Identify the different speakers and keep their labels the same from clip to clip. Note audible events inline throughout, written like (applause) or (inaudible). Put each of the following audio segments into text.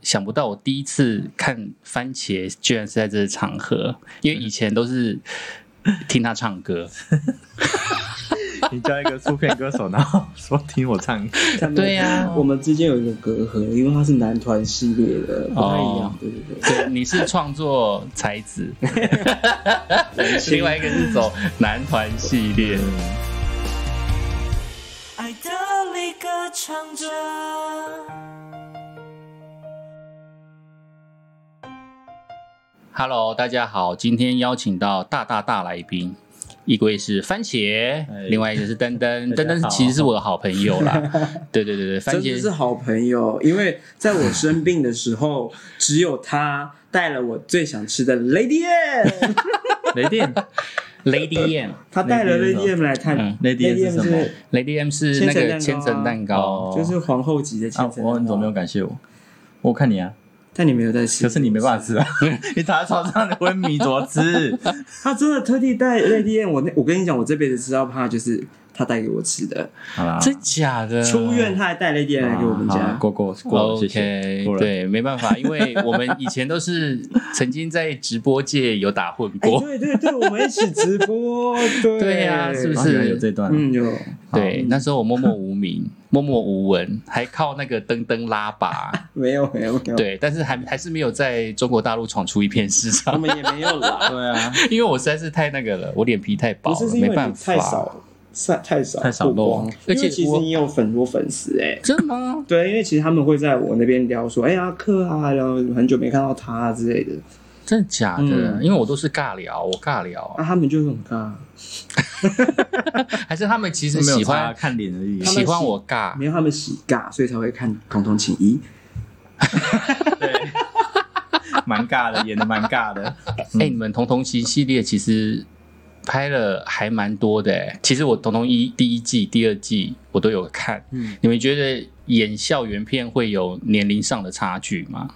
Speaker 1: 想不到我第一次看番茄居然是在这个场合，因为以前都是听他唱歌，
Speaker 2: 你叫一个出片歌手，然后说听我唱歌，
Speaker 1: 对呀
Speaker 3: 我们之间有一个隔阂，因为他是男团系列的，不太一
Speaker 1: 哦
Speaker 3: 样，对对对。
Speaker 1: 对，你是创作才子，另外一个是走男团系列。
Speaker 4: 爱的离歌唱着。
Speaker 1: Hello，大家好，今天邀请到大大大来宾，一位是番茄
Speaker 2: 哎，
Speaker 1: 另外一个是登登，
Speaker 2: 大
Speaker 1: 登
Speaker 2: 家
Speaker 1: 登
Speaker 2: 好
Speaker 1: 其实是我的好朋友啦。对对对对，番
Speaker 3: 真的是
Speaker 1: 茄
Speaker 3: 好朋友，因为在我生病的时候，只有他带了我最想吃的 Lady (laughs) M，
Speaker 2: 雷电
Speaker 1: Lady M。
Speaker 3: 他带了
Speaker 2: Lady
Speaker 3: Lady
Speaker 2: M
Speaker 3: M 来看
Speaker 1: 嗯
Speaker 2: Lady M 是
Speaker 3: Lady
Speaker 2: 什
Speaker 3: M
Speaker 2: 么
Speaker 3: 是
Speaker 1: Lady M 是那个千
Speaker 3: 千
Speaker 1: 层
Speaker 3: 层
Speaker 1: 蛋
Speaker 3: 蛋
Speaker 1: 糕，
Speaker 2: 哦
Speaker 3: 就是皇后级的千
Speaker 2: 啊，
Speaker 3: 层蛋糕
Speaker 2: 我你怎么没有感谢我？我看你啊，
Speaker 3: 但你没有在吃，
Speaker 2: 可是你没办法
Speaker 3: (laughs)
Speaker 2: 吃啊，你躺在床上你昏迷怎么吃？
Speaker 3: 他真的特地带 Lady M，我那我跟你讲，我这辈子吃到怕就是他带给我吃的，
Speaker 2: 好啦，
Speaker 1: 真假的？
Speaker 3: 出院他还带 Lady M 来给我们
Speaker 2: 好啦
Speaker 3: 家，
Speaker 2: 过过过了，谢谢
Speaker 1: OK，
Speaker 2: 过了。
Speaker 1: 对，没办法，因为我们以前都是曾经在直播界有打混
Speaker 3: 哎，
Speaker 1: 过，
Speaker 3: 对对对，我们一起直
Speaker 1: (laughs)
Speaker 3: 播，对
Speaker 1: 对呀是不
Speaker 2: 啊
Speaker 1: 是
Speaker 2: 原来有这段，
Speaker 3: 嗯，有
Speaker 1: 对，那时候我默默无
Speaker 3: (laughs)
Speaker 1: 名，默默无闻，还靠那个登登拉
Speaker 3: (laughs)
Speaker 1: 拔，
Speaker 3: 没有没有没有，
Speaker 1: 对，但是还还是没有在中国大陆闯出一片市
Speaker 3: (laughs) 我
Speaker 1: 场，
Speaker 3: 们也没
Speaker 1: (laughs)
Speaker 3: 有啦，
Speaker 2: 对啊，
Speaker 1: 因为我实在是太那个了，我脸皮太薄
Speaker 3: 不是
Speaker 1: 了，
Speaker 3: 是因
Speaker 1: 没
Speaker 3: 为你
Speaker 1: 办法，
Speaker 3: 太少晒太少
Speaker 2: 太少
Speaker 3: 曝光
Speaker 2: 露
Speaker 1: 而
Speaker 3: 因
Speaker 1: 且
Speaker 3: 为其
Speaker 1: 我
Speaker 3: 实你有很多粉丝哎、
Speaker 1: 真的吗？
Speaker 3: 对，因为其实他们会在我那边聊说，哎、阿克啊，然后很久没看到他啊之类的，
Speaker 1: 真的假的？
Speaker 3: 嗯
Speaker 1: 因为我都是尬聊，我尬聊
Speaker 3: 啊，
Speaker 1: 啊，
Speaker 3: 他们就很尬，
Speaker 1: 还是他们其实
Speaker 2: 没有
Speaker 1: 喜
Speaker 2: 差
Speaker 1: 欢
Speaker 2: 看脸而已
Speaker 3: 他。们
Speaker 1: 喜欢我尬，
Speaker 3: 没有他们喜尬，所以才会看《统统请
Speaker 1: (laughs)
Speaker 3: 一》。
Speaker 2: 蛮尬
Speaker 3: (laughs)
Speaker 2: 的，演的蛮尬的。
Speaker 1: 哎、你们童童奇系列其实拍了还蛮多的、欸。其实我童童一第一季、第二季我都有看。
Speaker 3: 嗯，
Speaker 1: 你们觉得演校园片会有年龄上的差距吗？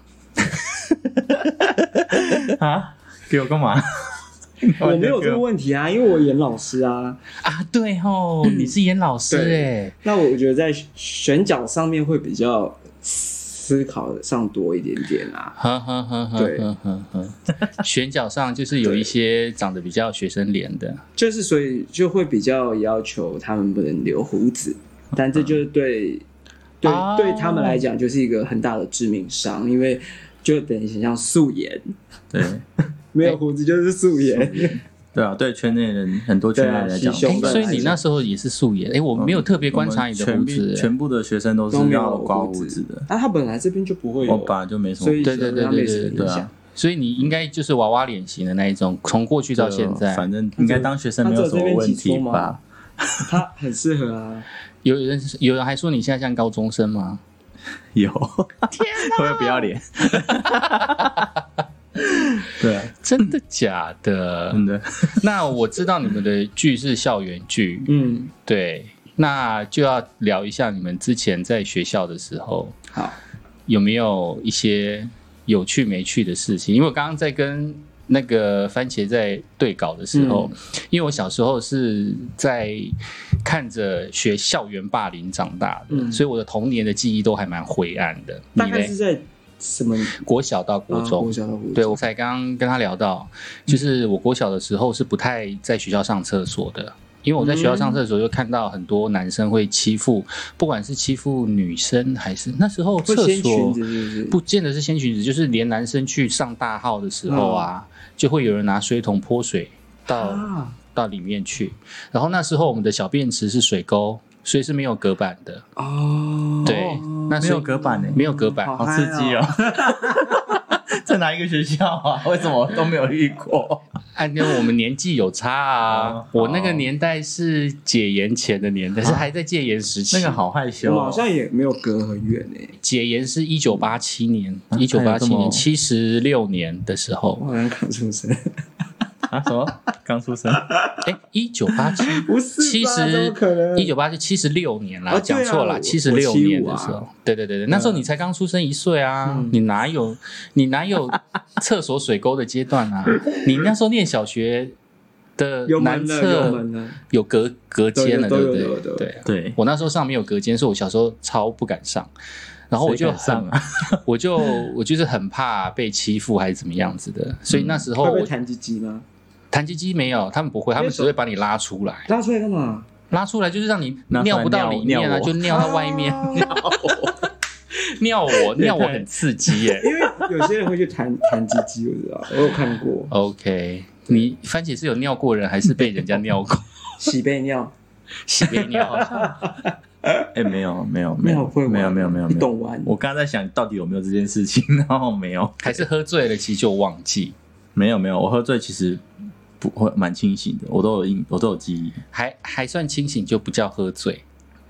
Speaker 2: 啊，给我干嘛？
Speaker 3: (laughs) 我没有这个问题啊，因为我演老师啊，
Speaker 1: 啊，对哦，你是演老师哎、
Speaker 3: 对那我觉得在选角上面会比较思考上多一点点啊。
Speaker 1: 呵呵呵呵
Speaker 3: 对
Speaker 1: 呵呵呵，选角上就是有一些长得比较学生脸的，
Speaker 3: 就是所以就会比较要求他们不能留胡子，但这就是对、对、
Speaker 1: 嗯哦
Speaker 3: 对他们来讲就是一个很大的致命伤，因为就等于像素颜，
Speaker 2: 对
Speaker 3: 没
Speaker 1: 哎
Speaker 3: 有胡子就是素颜， (laughs)
Speaker 2: 对啊，对圈内人很多圈内人来
Speaker 3: 对
Speaker 2: 讲
Speaker 3: 啊，其
Speaker 1: 哎、
Speaker 3: 胸本来
Speaker 1: 所
Speaker 3: 就
Speaker 1: 以你那时候也是素颜哎、我没有特别观察你的
Speaker 2: 我
Speaker 1: 胡
Speaker 2: 们全
Speaker 1: 子、欸，
Speaker 2: 部全部的学生都是
Speaker 3: 都没
Speaker 2: 要
Speaker 3: 有
Speaker 2: 刮胡
Speaker 3: 胡
Speaker 2: 子的，
Speaker 3: 啊，他本来这边就不会
Speaker 2: 我
Speaker 3: 有，
Speaker 2: 本来就没什么
Speaker 3: 所
Speaker 2: 胡
Speaker 3: 以
Speaker 2: 子，
Speaker 1: 对对对
Speaker 3: 他们也
Speaker 1: 对
Speaker 3: 是
Speaker 1: 对
Speaker 3: 影
Speaker 2: 对啊
Speaker 3: 响。
Speaker 1: 所以你应该就是娃娃脸型的那一种，从过去到现在，
Speaker 2: 反正应该当学生没有什么问题吧？
Speaker 3: 他很适合啊，
Speaker 1: 有人有人还说你现在像高中生吗？
Speaker 2: 有， (laughs) 会不要脸。对啊，
Speaker 1: 真的假的？
Speaker 2: 真
Speaker 3: 嗯
Speaker 2: 的，
Speaker 1: 那我知道你们的剧是校园剧，
Speaker 3: 嗯，
Speaker 1: 对，那就要聊一下你们之前在学校的时候
Speaker 3: 好，
Speaker 1: 有没有一些有趣没趣的事情？因为我刚刚在跟那个番茄在对稿的时候，
Speaker 3: 嗯
Speaker 1: 因为我小时候是在看着学校园霸凌长大的，
Speaker 3: 嗯
Speaker 1: 所以我的童年的记忆都还蛮灰暗的。你
Speaker 3: 大概
Speaker 1: 嘞
Speaker 3: 是在什么
Speaker 1: 国小到国
Speaker 3: 啊
Speaker 1: 中
Speaker 3: 国，小到国中
Speaker 1: 对我才刚刚跟他聊到，就是我国小的时候是不太在学校上厕所的，因为我在学校上厕
Speaker 3: 嗯
Speaker 1: 所就看到很多男生会欺负，不管是欺负女生还是那时候
Speaker 3: 会
Speaker 1: 厕
Speaker 3: 掀裙
Speaker 1: 所
Speaker 3: 子是不是？
Speaker 1: 不见得是掀裙子，就是连男生去上大号的时候啊，就会有人拿水桶泼水到、
Speaker 3: 嗯啊，
Speaker 1: 到里面去，然后那时候我们的小便池是水沟，所以是没有隔板的，
Speaker 3: 哦，
Speaker 1: 对，那
Speaker 2: 没
Speaker 1: 时
Speaker 2: 有
Speaker 1: 候
Speaker 2: 隔板呢，
Speaker 1: 没有隔板。
Speaker 3: 好
Speaker 2: 好刺激哦！ (laughs) 在哪一个学校啊？ (laughs) 为什么都没有遇过？
Speaker 1: 按照我们年纪有差啊
Speaker 2: 哦，
Speaker 1: 我那个年代是解严前的年代，是还在戒严时期。
Speaker 2: 那个，好害羞
Speaker 3: 我
Speaker 2: 哦，
Speaker 3: 们好像也没有隔很远欸诶、
Speaker 1: 解严是一九八七年，
Speaker 2: 啊
Speaker 1: 一九八七
Speaker 2: 还有这么
Speaker 1: 年七十六年的时
Speaker 3: 我
Speaker 1: 候，
Speaker 3: 好像刚出生，
Speaker 2: 啊什么刚出生，
Speaker 1: 哎，一九八
Speaker 3: (laughs)
Speaker 1: 七
Speaker 3: 不是吧
Speaker 1: 七
Speaker 3: 怎么可
Speaker 1: 十
Speaker 3: 能
Speaker 1: 一九八七七十六年啦，
Speaker 3: 啊对啊
Speaker 1: 讲错啦，
Speaker 3: 我
Speaker 1: 七十六年的
Speaker 3: 我
Speaker 1: 时
Speaker 3: 七五啊嗯
Speaker 1: 候，对对对对，那时候你才刚出生一岁啊，你哪有你哪
Speaker 3: (laughs)
Speaker 1: 有厕所水沟的阶段啊？你那时候念小学的
Speaker 3: 有
Speaker 1: 男
Speaker 3: 门了，有
Speaker 1: 厕
Speaker 3: 门了。
Speaker 1: 有隔隔间了，
Speaker 3: 都
Speaker 1: 对
Speaker 3: 有
Speaker 1: 不
Speaker 3: 都有
Speaker 1: 对？
Speaker 3: 都有
Speaker 1: (laughs) 对啊。
Speaker 2: 对，
Speaker 1: 我那时候上面有隔间，所以我小时候超不敢上。然后我就
Speaker 2: 谁敢上啊
Speaker 1: 很，啊我就我就是很怕被欺负还是怎么样子的，所以那
Speaker 2: 哦
Speaker 1: 时候
Speaker 2: 嗯
Speaker 3: 会不会
Speaker 1: 我
Speaker 3: 弹鸡鸡吗？
Speaker 1: 弹鸡鸡没有，他们不会，他们只会把你拉出来，
Speaker 3: 拉出来干嘛？
Speaker 1: 拉出来就是让你
Speaker 2: 拿出来
Speaker 1: 尿不到里面啊，
Speaker 2: 尿尿我
Speaker 1: 就尿到外
Speaker 2: (laughs)
Speaker 1: 面，尿我
Speaker 2: 也
Speaker 1: 尿我
Speaker 2: 太
Speaker 1: 很刺激耶、
Speaker 3: 因为有些人会去弹 (laughs) 弹鸡鸡，我知道，我有看过
Speaker 1: OK，你番茄是有尿过人，还是被人家尿过？ (laughs)
Speaker 3: 洗背尿，
Speaker 1: 洗被尿？啊
Speaker 2: 哎，没有没有没
Speaker 3: 尿
Speaker 2: 有
Speaker 3: 会玩
Speaker 2: 没有没有没有，
Speaker 3: 你
Speaker 2: 没有
Speaker 3: 懂玩。
Speaker 2: 我刚刚在想到底有没有这件事情，然后没有
Speaker 1: (laughs) 还是喝醉了，其实就忘记，
Speaker 2: 没有没有，我喝醉其实不会蛮清醒的，我都有印，我都有记忆。
Speaker 1: 还还算清醒就不叫喝醉。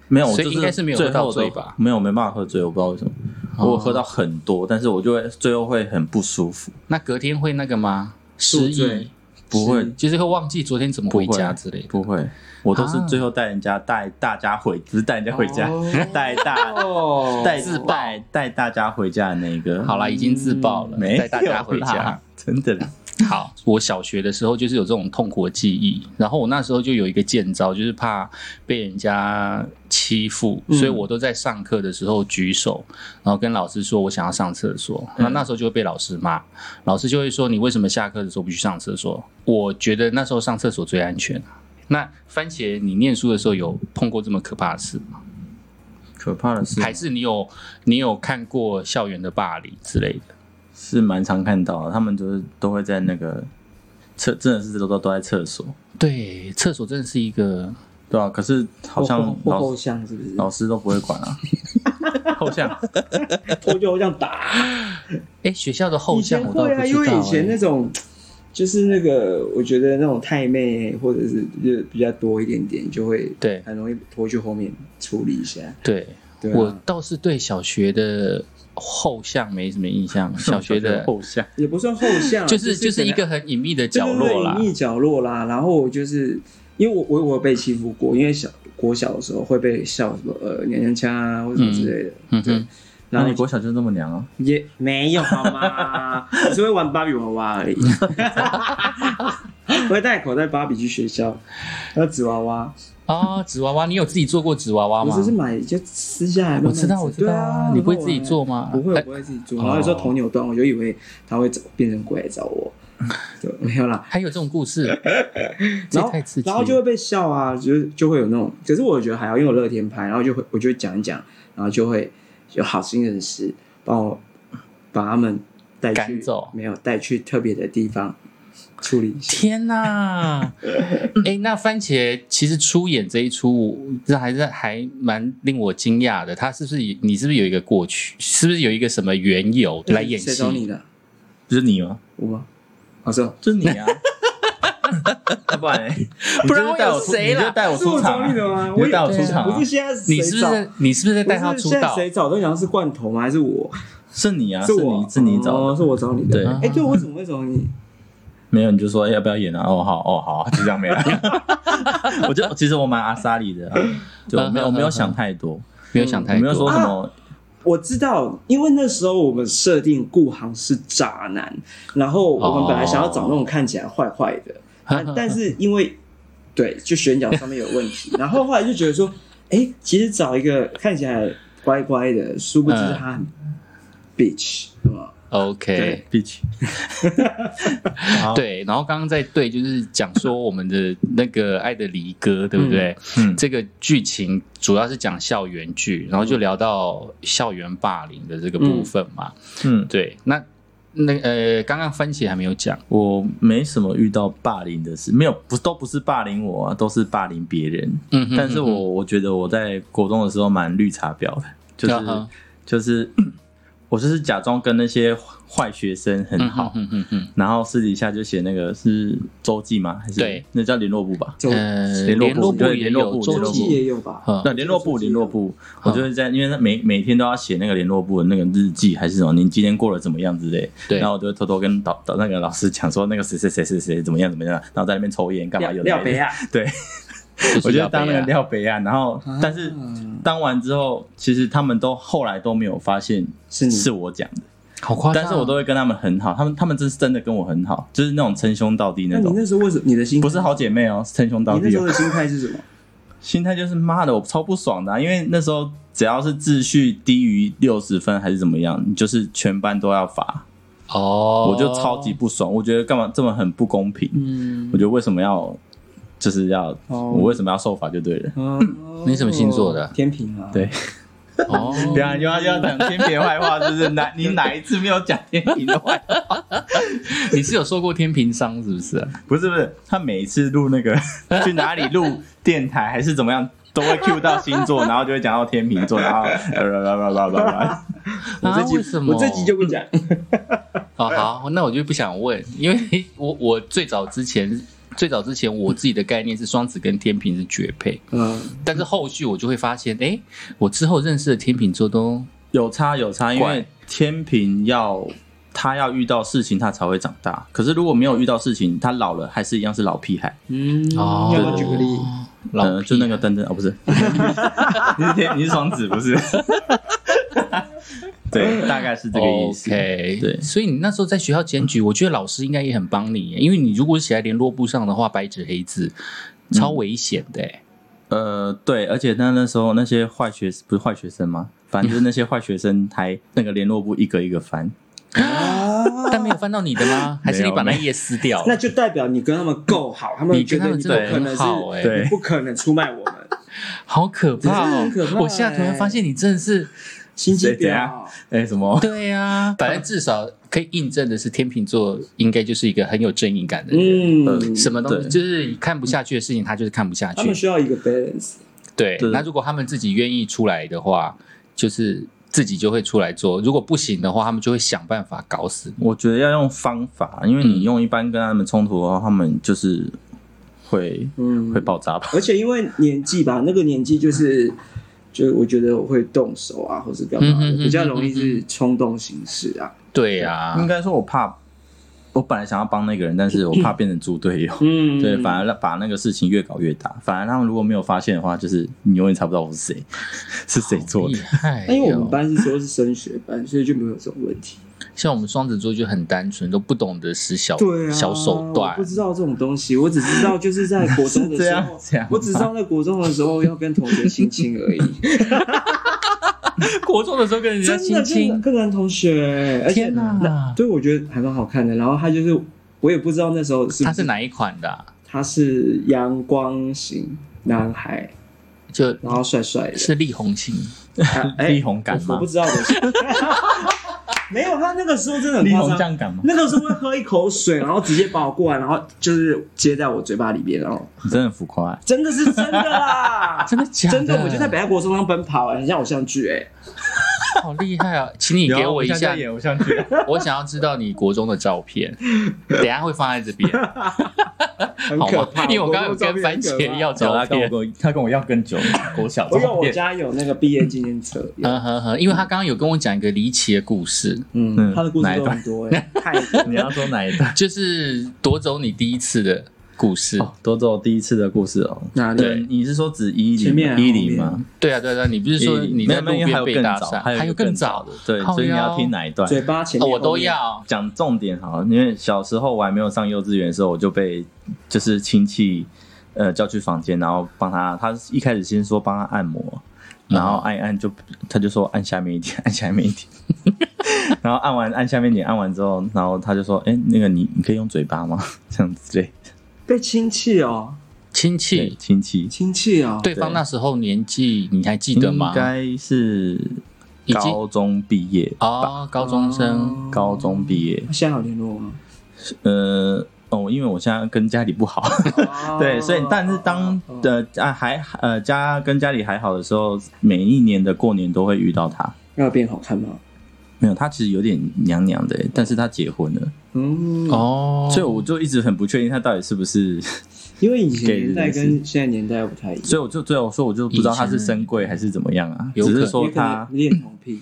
Speaker 2: 没有，
Speaker 1: 所以
Speaker 2: 我就是
Speaker 1: 应该是没有
Speaker 2: 最
Speaker 1: 喝到
Speaker 2: 后都
Speaker 1: 醉吧
Speaker 2: 没有，没办法喝醉，我不知道为什么。
Speaker 1: 哦
Speaker 2: 我有喝到很多，但是我就会最后会很不舒服，
Speaker 1: 那隔天会那个吗？失
Speaker 3: 宿
Speaker 1: 忆
Speaker 3: 醉？
Speaker 2: 不会
Speaker 3: 是
Speaker 1: 就是会忘记昨天怎么回家之类的。
Speaker 2: 不会，我都是
Speaker 1: 啊
Speaker 2: 最后带人家带大家回，不是带人家回家，
Speaker 3: 哦
Speaker 2: 带大 (laughs)
Speaker 3: 哦，
Speaker 2: 带
Speaker 1: 自爆
Speaker 2: 带带大家回家的那一个。
Speaker 1: 好啦，已经自爆了，
Speaker 2: 嗯没有
Speaker 1: 带
Speaker 2: 啦
Speaker 1: 大家回家。，
Speaker 2: 真的啦。
Speaker 1: 好，我小学的时候就是有这种痛苦的记忆，然后我那时候就有一个见招，就是怕被人家欺负，
Speaker 3: 嗯
Speaker 1: 所以我都在上课的时候举手，然后跟老师说我想要上厕所。
Speaker 2: 嗯
Speaker 1: 那那时候就会被老师骂，老师就会说你为什么下课的时候不去上厕所？我觉得那时候上厕所最安全。那番茄，你念书的时候有碰过这么可怕的事吗？
Speaker 2: 可怕的是
Speaker 1: 还是你有你有看过校园的霸凌之类的？
Speaker 2: 是蛮常看到的，他们就是都会在那个厕，真的是都都都在厕所，
Speaker 1: 对，厕所真的是一个
Speaker 2: 对啊，可是好像
Speaker 3: 后后
Speaker 2: 老
Speaker 3: 后巷是不是？
Speaker 2: 老师都不会管啊，
Speaker 1: 后巷。
Speaker 3: 我就好想
Speaker 2: (laughs)
Speaker 3: 打。
Speaker 1: 哎，学校的后
Speaker 3: 以前
Speaker 1: 巷我倒
Speaker 3: 会啊，
Speaker 1: 不知
Speaker 3: 因
Speaker 1: 道、
Speaker 3: 为
Speaker 2: 欸
Speaker 3: 以前那
Speaker 1: 诶
Speaker 3: 种就是那个，我觉得那种太妹或者是就比较多一点点，就会
Speaker 1: 对
Speaker 3: 很容易拖去后面处理一下。
Speaker 1: 对，
Speaker 3: 对啊
Speaker 1: 我倒是对小学的后巷没什么印 (laughs) 象。小学的，
Speaker 2: 后巷，
Speaker 3: 也不算后巷，啊
Speaker 1: 就是就是一
Speaker 3: 可能
Speaker 1: 个很隐秘的角落啦
Speaker 3: 对对对。隐秘角落啦。然后我就是因为我我我有被欺负过，因为小国小的时候会被笑什么呃娘娘腔啊或什么之类的，
Speaker 1: 嗯
Speaker 3: 对
Speaker 1: 哼。
Speaker 2: 那
Speaker 3: 然
Speaker 2: 你
Speaker 3: 后
Speaker 2: 国小就这么娘啊？
Speaker 3: 也没有好吗？我只会玩芭比娃娃而已。我会带口袋芭比去学校，还有纸娃娃，
Speaker 1: 啊，纸娃娃，你有自己做过纸娃娃
Speaker 3: 我
Speaker 1: 吗
Speaker 3: 只？是买就撕下来慢慢
Speaker 1: 我知道，
Speaker 3: 折
Speaker 1: 我知道
Speaker 3: 对啊
Speaker 1: 啊。，你不会自己做吗？
Speaker 3: 不会，我
Speaker 1: 哎
Speaker 3: 不会自己做。然后有时候头扭断，我就以为他会找变成鬼来找我，对，没有啦。
Speaker 1: 还有这种故
Speaker 3: (laughs)
Speaker 1: 事，这
Speaker 3: 然
Speaker 1: 也
Speaker 3: 后
Speaker 1: 太刺激了。
Speaker 3: 然后就会被笑啊，就是就会有那种，可是我觉得还好，因为我乐天派，然后就会我就会讲一讲，然后就会有好心人士帮我把他们带去，
Speaker 1: 赶走
Speaker 3: 没有带去特别的地方处理一下。
Speaker 1: 天
Speaker 3: (laughs)
Speaker 1: 呐！哎、那番茄其实出演这一出，这还是还蛮令我惊讶的。他是不是也你是不是有一个过去？是不是有一个什么缘由来演
Speaker 3: 谁找你
Speaker 1: 戏？
Speaker 3: 的？
Speaker 2: 不是你吗？
Speaker 3: 我吗？我说
Speaker 2: 就是你 (laughs) 啊。要不然嘞，
Speaker 1: 不然我
Speaker 2: 你就是带
Speaker 1: 有
Speaker 2: 我出
Speaker 1: 谁啦
Speaker 2: 你就带我
Speaker 3: 是
Speaker 2: 出
Speaker 3: 我
Speaker 2: 场
Speaker 3: 找
Speaker 2: 啊，
Speaker 3: 你的吗？
Speaker 2: 你就带我出场啊
Speaker 3: 不是，现在谁
Speaker 1: 你是不
Speaker 3: 找
Speaker 1: 是你是不是在带他
Speaker 3: 不是
Speaker 1: 出
Speaker 3: 现在
Speaker 1: 道？
Speaker 3: 谁找都想是罐头吗？还是我？
Speaker 2: 是你啊，
Speaker 3: 是
Speaker 2: 是
Speaker 3: 我
Speaker 2: 你，是你找
Speaker 3: 哦
Speaker 2: 的，
Speaker 3: 是我找你的。
Speaker 2: 对
Speaker 3: 哎，对，我怎么会找你？
Speaker 2: 没有你就说要不要演啊？哦好哦好，就这样没了。我就其实我蛮阿莎里的啊，对，我没有我没有想太多，
Speaker 1: 没有想
Speaker 3: 嗯
Speaker 1: 太
Speaker 2: 我
Speaker 1: 多，
Speaker 2: 没有说什么，
Speaker 3: 我知道，因为那时候我们设定顾航是渣男，然后我们本来想要找那种看起来坏坏的，但但是因为对，就选角上面有问题，然后后来就觉得说，哎、其实找一个看起来乖乖的，殊不知
Speaker 1: 嗯
Speaker 3: 他很 bitch，对吗？
Speaker 1: OK
Speaker 3: 对。
Speaker 2: 必须。好，
Speaker 1: 对，然后刚刚在对，就是讲说我们的那个《爱的离歌》，对不对？
Speaker 2: 嗯嗯
Speaker 1: 这个剧情主要是讲校园剧，然后就聊到校园霸凌的这个部分嘛。
Speaker 2: 嗯，
Speaker 1: 对，那那呃，刚刚番茄还没有讲，
Speaker 2: 我没什么遇到霸凌的事，没有不都不是霸凌我啊，都是霸凌别人。
Speaker 1: 嗯哼
Speaker 2: 但是
Speaker 1: 嗯
Speaker 2: 我
Speaker 1: 哼
Speaker 2: 我觉得我在国中的时候蛮绿茶婊的，就是
Speaker 1: 啊哈
Speaker 2: 就是我就是假装跟那些坏学生很好，
Speaker 1: 嗯哼嗯
Speaker 2: 然后私底下就写那个是周记吗？还是
Speaker 1: 对，
Speaker 2: 那叫联络部吧？
Speaker 3: 就
Speaker 1: 哼，呃，
Speaker 2: 联
Speaker 1: 联
Speaker 2: 络部
Speaker 1: 络部
Speaker 2: 对
Speaker 1: 也
Speaker 2: 联络
Speaker 1: 有
Speaker 2: 部
Speaker 1: 周
Speaker 2: 联络
Speaker 3: 周
Speaker 2: 部
Speaker 3: 记
Speaker 1: 记，
Speaker 3: 也有吧？
Speaker 1: 嗯
Speaker 2: 那联络部，
Speaker 3: 周记
Speaker 2: 联络部，
Speaker 1: 嗯
Speaker 2: 我就是在，因为他每每天都要写那个联络部的那个日记还是什么，你今天过得怎么样之类。
Speaker 1: 对
Speaker 2: 然后我就会偷偷跟导导那个老师讲说，那个谁谁谁谁谁怎么样怎么样，然后在那边抽烟干嘛？
Speaker 3: 廖
Speaker 2: 有的
Speaker 3: 廖
Speaker 2: 没
Speaker 3: 北啊
Speaker 2: 的，
Speaker 3: 亚，
Speaker 2: 对，
Speaker 1: 就是
Speaker 2: 我就
Speaker 1: 要
Speaker 2: 当那个
Speaker 1: 被
Speaker 2: 廖北亚，然后
Speaker 1: 啊
Speaker 2: 但是当完之后，其实他们都后来都没有发现
Speaker 3: 是你
Speaker 2: 是我讲的，
Speaker 1: 好夸张，啊
Speaker 2: 但是我都会跟他们很好，他们他们真是真的跟我很好，就是那种称兄道弟
Speaker 3: 那
Speaker 2: 那
Speaker 3: 你
Speaker 2: 种，
Speaker 3: 那时候为什么你的心
Speaker 2: 不是好姐妹哦，称兄道
Speaker 3: 你那
Speaker 2: 弟
Speaker 3: 时候
Speaker 2: 哦
Speaker 3: 的，心态是什么？
Speaker 2: 心态就是妈的，我超不爽的啊、因为那时候只要是秩序低于六十分还是怎么样，你就是全班都要罚，
Speaker 1: 哦，
Speaker 2: 我就超级不爽。我觉得干嘛这么很不公平？
Speaker 3: 嗯
Speaker 2: 我觉得为什么要就是要、
Speaker 3: 哦
Speaker 2: 我为什么要受罚就对了。
Speaker 3: 嗯
Speaker 1: 你什么星座的
Speaker 3: 天平啊，
Speaker 2: 对，
Speaker 1: 哦，
Speaker 2: (laughs) 不要啊又要又要讲天平坏话，就是哪你哪一次没有讲天平的坏？
Speaker 1: 你是有受过天平伤是不是啊、
Speaker 2: (laughs) 不是不是，他每一次录那个去哪里录电台还是怎么样，都会 cue 到星座，然后就会讲到天平座，然后呃叭叭叭叭叭叭。
Speaker 3: 我这集
Speaker 1: 啊为什么
Speaker 3: 我这集就不讲，
Speaker 1: 哦，
Speaker 3: 啊
Speaker 1: 好，那我就不想问，因为 (laughs) 我我最早之前最早之前我自己的概念是双子跟天平是绝配，
Speaker 3: 嗯，
Speaker 1: 但是后续我就会发现，哎，我之后认识的天秤座都
Speaker 2: 有差有差，因
Speaker 1: 怪
Speaker 2: 为天平要他要遇到事情他才会长大，可是如果没有遇到事情，他老了还是一样是老屁孩。
Speaker 3: 嗯，
Speaker 1: 哦
Speaker 3: 要不要举个例？
Speaker 1: 老
Speaker 2: 呃
Speaker 1: 屁
Speaker 2: 就那个等等啊，不是， (laughs) 你是天你是双子不是？ (laughs) 对，大概是这个意思。
Speaker 1: OK，
Speaker 2: 对
Speaker 1: 所以你那时候在学校检举，我觉得老师应该也很帮你耶，因为你如果写在联络簿上的话，白纸黑字，
Speaker 3: 嗯
Speaker 1: 超危险的耶。
Speaker 2: 呃，对，而且那那时候那些坏学不是坏学生吗？反正就是那些坏学生还那个联络簿一个一个翻， (laughs)
Speaker 3: 嗯
Speaker 1: 但没有翻到你的
Speaker 3: (laughs)
Speaker 1: 吗？还是你把那
Speaker 2: 没有
Speaker 1: 页撕掉？
Speaker 3: 那就代表你跟他们够好，他们
Speaker 1: 你
Speaker 3: 觉
Speaker 1: 跟他
Speaker 3: 得
Speaker 1: 们
Speaker 3: 你不
Speaker 1: 真的
Speaker 3: 可
Speaker 1: 很
Speaker 3: 能
Speaker 1: 好
Speaker 3: 是
Speaker 1: 哎，
Speaker 2: 对
Speaker 3: 不可能出卖我们，
Speaker 1: 好可怕
Speaker 3: 真的
Speaker 1: 哦
Speaker 3: 很可！怕
Speaker 1: 我现在突然
Speaker 3: 哎
Speaker 1: 发现你真的是，
Speaker 3: 心机
Speaker 2: 对怎
Speaker 3: 婊
Speaker 2: 样。哎、什
Speaker 1: (laughs)
Speaker 2: 么？
Speaker 1: 对呀，反正至少可以印证的是，天秤座应该就是一个很有正义感的人。
Speaker 3: 嗯，
Speaker 1: 什么东西
Speaker 2: 对
Speaker 1: 就是看不下去的事情，他就是看不下
Speaker 3: 他们
Speaker 1: 去。
Speaker 3: 需要一个 balance。
Speaker 1: 对，
Speaker 2: 对
Speaker 1: 那如果他们自己愿意出来的话，就是自己就会出来做；如果不行的话，他们就会想办法搞死你。
Speaker 2: 我觉得要用方法，因为你用一般跟他们冲突的话，他们就是会
Speaker 3: 嗯
Speaker 2: 会爆炸吧。
Speaker 3: 而且因为年纪吧，那个年纪就是，就我觉得我会动手啊，或是干
Speaker 1: 嗯
Speaker 3: 嘛
Speaker 1: 嗯嗯嗯
Speaker 3: 的，比较容易是冲动行事啊。
Speaker 1: 对呀、
Speaker 2: 应该说，我怕，我本来想要帮那个人，但是我怕变成猪队友。(laughs)
Speaker 3: 嗯，
Speaker 2: 对，反而让把那个事情越搞越大。反而他们如果没有发现的话，就是你永远查不到我是谁， (laughs) 是谁做
Speaker 1: 厉
Speaker 2: 的。
Speaker 1: 害哟、
Speaker 3: 那因哎为我们班是说是升学班，所以就没有这种问题。
Speaker 1: 像我们双子座就很单纯，都不懂得使小、
Speaker 3: 对啊，
Speaker 1: 小手
Speaker 3: 我
Speaker 1: 段啊
Speaker 3: 不。知道这种东西，我只知道就是在国中
Speaker 2: 是这哦
Speaker 3: 的时
Speaker 1: (laughs)
Speaker 2: 样
Speaker 3: 候
Speaker 2: 讲吗，
Speaker 3: 我只知道在国中的时候要跟同学亲亲而已，
Speaker 1: 国中的时候跟人
Speaker 3: 真的真的，，跟男同学，而且
Speaker 1: 天哪
Speaker 3: 那对我觉得还蛮好看的。然后他就是，我也不知道那时候是不
Speaker 1: 他是哪一款的啊、
Speaker 3: 他是阳光型男孩，
Speaker 1: 就
Speaker 3: 然后帅帅的，
Speaker 1: 是力宏星，
Speaker 3: (laughs) 啊哎
Speaker 2: 力宏感吗
Speaker 3: 我不知道的
Speaker 1: (laughs)
Speaker 3: 是，没有他那个时候真的很
Speaker 2: 力
Speaker 3: 夸
Speaker 2: 宏这
Speaker 3: 张。
Speaker 2: 样敢吗？
Speaker 3: 那个时候会喝一口水，然后直接把我过来，然后就是接在我嘴巴里边，然后
Speaker 2: 你真的很浮夸、欸。
Speaker 3: 真的是真的啦，
Speaker 1: (laughs) 真的假
Speaker 3: 真
Speaker 1: 的，
Speaker 3: 的，我就在北爱国中央奔跑、哎，很像偶像剧哎、
Speaker 1: 好厉害啊！请你给我一下，
Speaker 2: 偶像剧，
Speaker 1: 我想要知道你国中的照
Speaker 3: (laughs)
Speaker 1: 片，等一下会放在这边。
Speaker 3: 很
Speaker 1: 好
Speaker 3: 可
Speaker 1: 吗
Speaker 3: 怕。？
Speaker 1: 因为我
Speaker 3: 国
Speaker 1: 刚
Speaker 3: 中
Speaker 1: 刚
Speaker 3: 照
Speaker 1: 跟
Speaker 3: 片
Speaker 1: 番
Speaker 3: 很可
Speaker 1: 茄
Speaker 3: 怕
Speaker 1: 要
Speaker 2: 找
Speaker 1: 照
Speaker 2: (laughs) 啊他跟
Speaker 1: 片，
Speaker 2: 我他跟我要更 (laughs) 久，国小
Speaker 3: 我有
Speaker 2: 照
Speaker 3: 我
Speaker 2: 片。
Speaker 3: 家有那个毕业纪念册，
Speaker 1: 嗯哼哼，因为他刚刚有跟我讲一个离奇的故事，
Speaker 3: 嗯，
Speaker 2: 嗯
Speaker 3: 他的故
Speaker 2: 哪一
Speaker 3: 事都
Speaker 2: 段
Speaker 3: 很多哎、太多
Speaker 2: 你要说哪一段？
Speaker 1: 就是夺走你第一次的故事。
Speaker 2: 哦， (laughs) 多走第一次的故事哦。
Speaker 3: 哪里
Speaker 2: 对，你是说指一
Speaker 3: 前
Speaker 2: 零
Speaker 3: 面还
Speaker 2: 一
Speaker 3: 是
Speaker 2: 零
Speaker 3: 后
Speaker 2: 吗？
Speaker 1: 对啊，对啊，对啊你不是说
Speaker 2: 110
Speaker 1: 你在
Speaker 2: 没
Speaker 1: 路
Speaker 2: 有没
Speaker 1: 边
Speaker 2: 有还有
Speaker 1: 被
Speaker 2: 更
Speaker 1: 搭
Speaker 2: 早
Speaker 1: 讪，
Speaker 2: 还有
Speaker 1: 还有更早
Speaker 2: 的？对，
Speaker 1: 靠
Speaker 2: 所以你
Speaker 1: 腰
Speaker 2: 要听哪一段？
Speaker 3: 嘴巴前
Speaker 1: 哦
Speaker 3: 面、
Speaker 1: 我
Speaker 3: 后
Speaker 1: 都
Speaker 3: 面，
Speaker 1: 要。
Speaker 2: 讲重点好了，因为小时候我还没有上幼稚园的时候，我就被就是亲戚呃叫去房间，然后帮他，他一开始先说帮他按摩，然后按一按就他就说按下面一点， (laughs) 按下面一点，然后按完按下面一点，按完之后，然后他就说，哎、那个你你可以用嘴巴吗？这样子对，
Speaker 3: 被亲戚哦、
Speaker 1: 亲
Speaker 2: 对
Speaker 1: 戚，
Speaker 2: 亲戚
Speaker 3: 亲戚哦、
Speaker 1: 对方那时候年纪你还记得吗
Speaker 2: 应？该是
Speaker 1: 已经
Speaker 2: 高中毕业，
Speaker 1: 哦，高中生，
Speaker 3: 哦
Speaker 2: 高中毕业，
Speaker 3: 现在有联络吗？
Speaker 2: 呃哦，因为我现在跟家里不好。
Speaker 1: 哦
Speaker 2: 对，所以
Speaker 3: 哦
Speaker 1: 嗯
Speaker 2: 但是当
Speaker 3: 的
Speaker 2: 呃啊还呃家跟家里还好的时候，每一年的过年都会遇到他。
Speaker 3: 要变好看吗？
Speaker 2: 没有，他其实有点娘娘的欸，但是他结婚了，
Speaker 3: 嗯，
Speaker 1: 哦，
Speaker 2: 所以我就一直很不确定他到底是不
Speaker 1: (laughs)
Speaker 2: 是，
Speaker 3: 因为以前年代
Speaker 2: 给人
Speaker 3: 跟现在年代不太一样，
Speaker 2: 所以我就最后说我就不知道他是深贵还是怎么样啊，
Speaker 1: 有
Speaker 2: 只
Speaker 1: 可能
Speaker 2: 是说
Speaker 3: 也可能
Speaker 2: 他
Speaker 3: 恋童癖，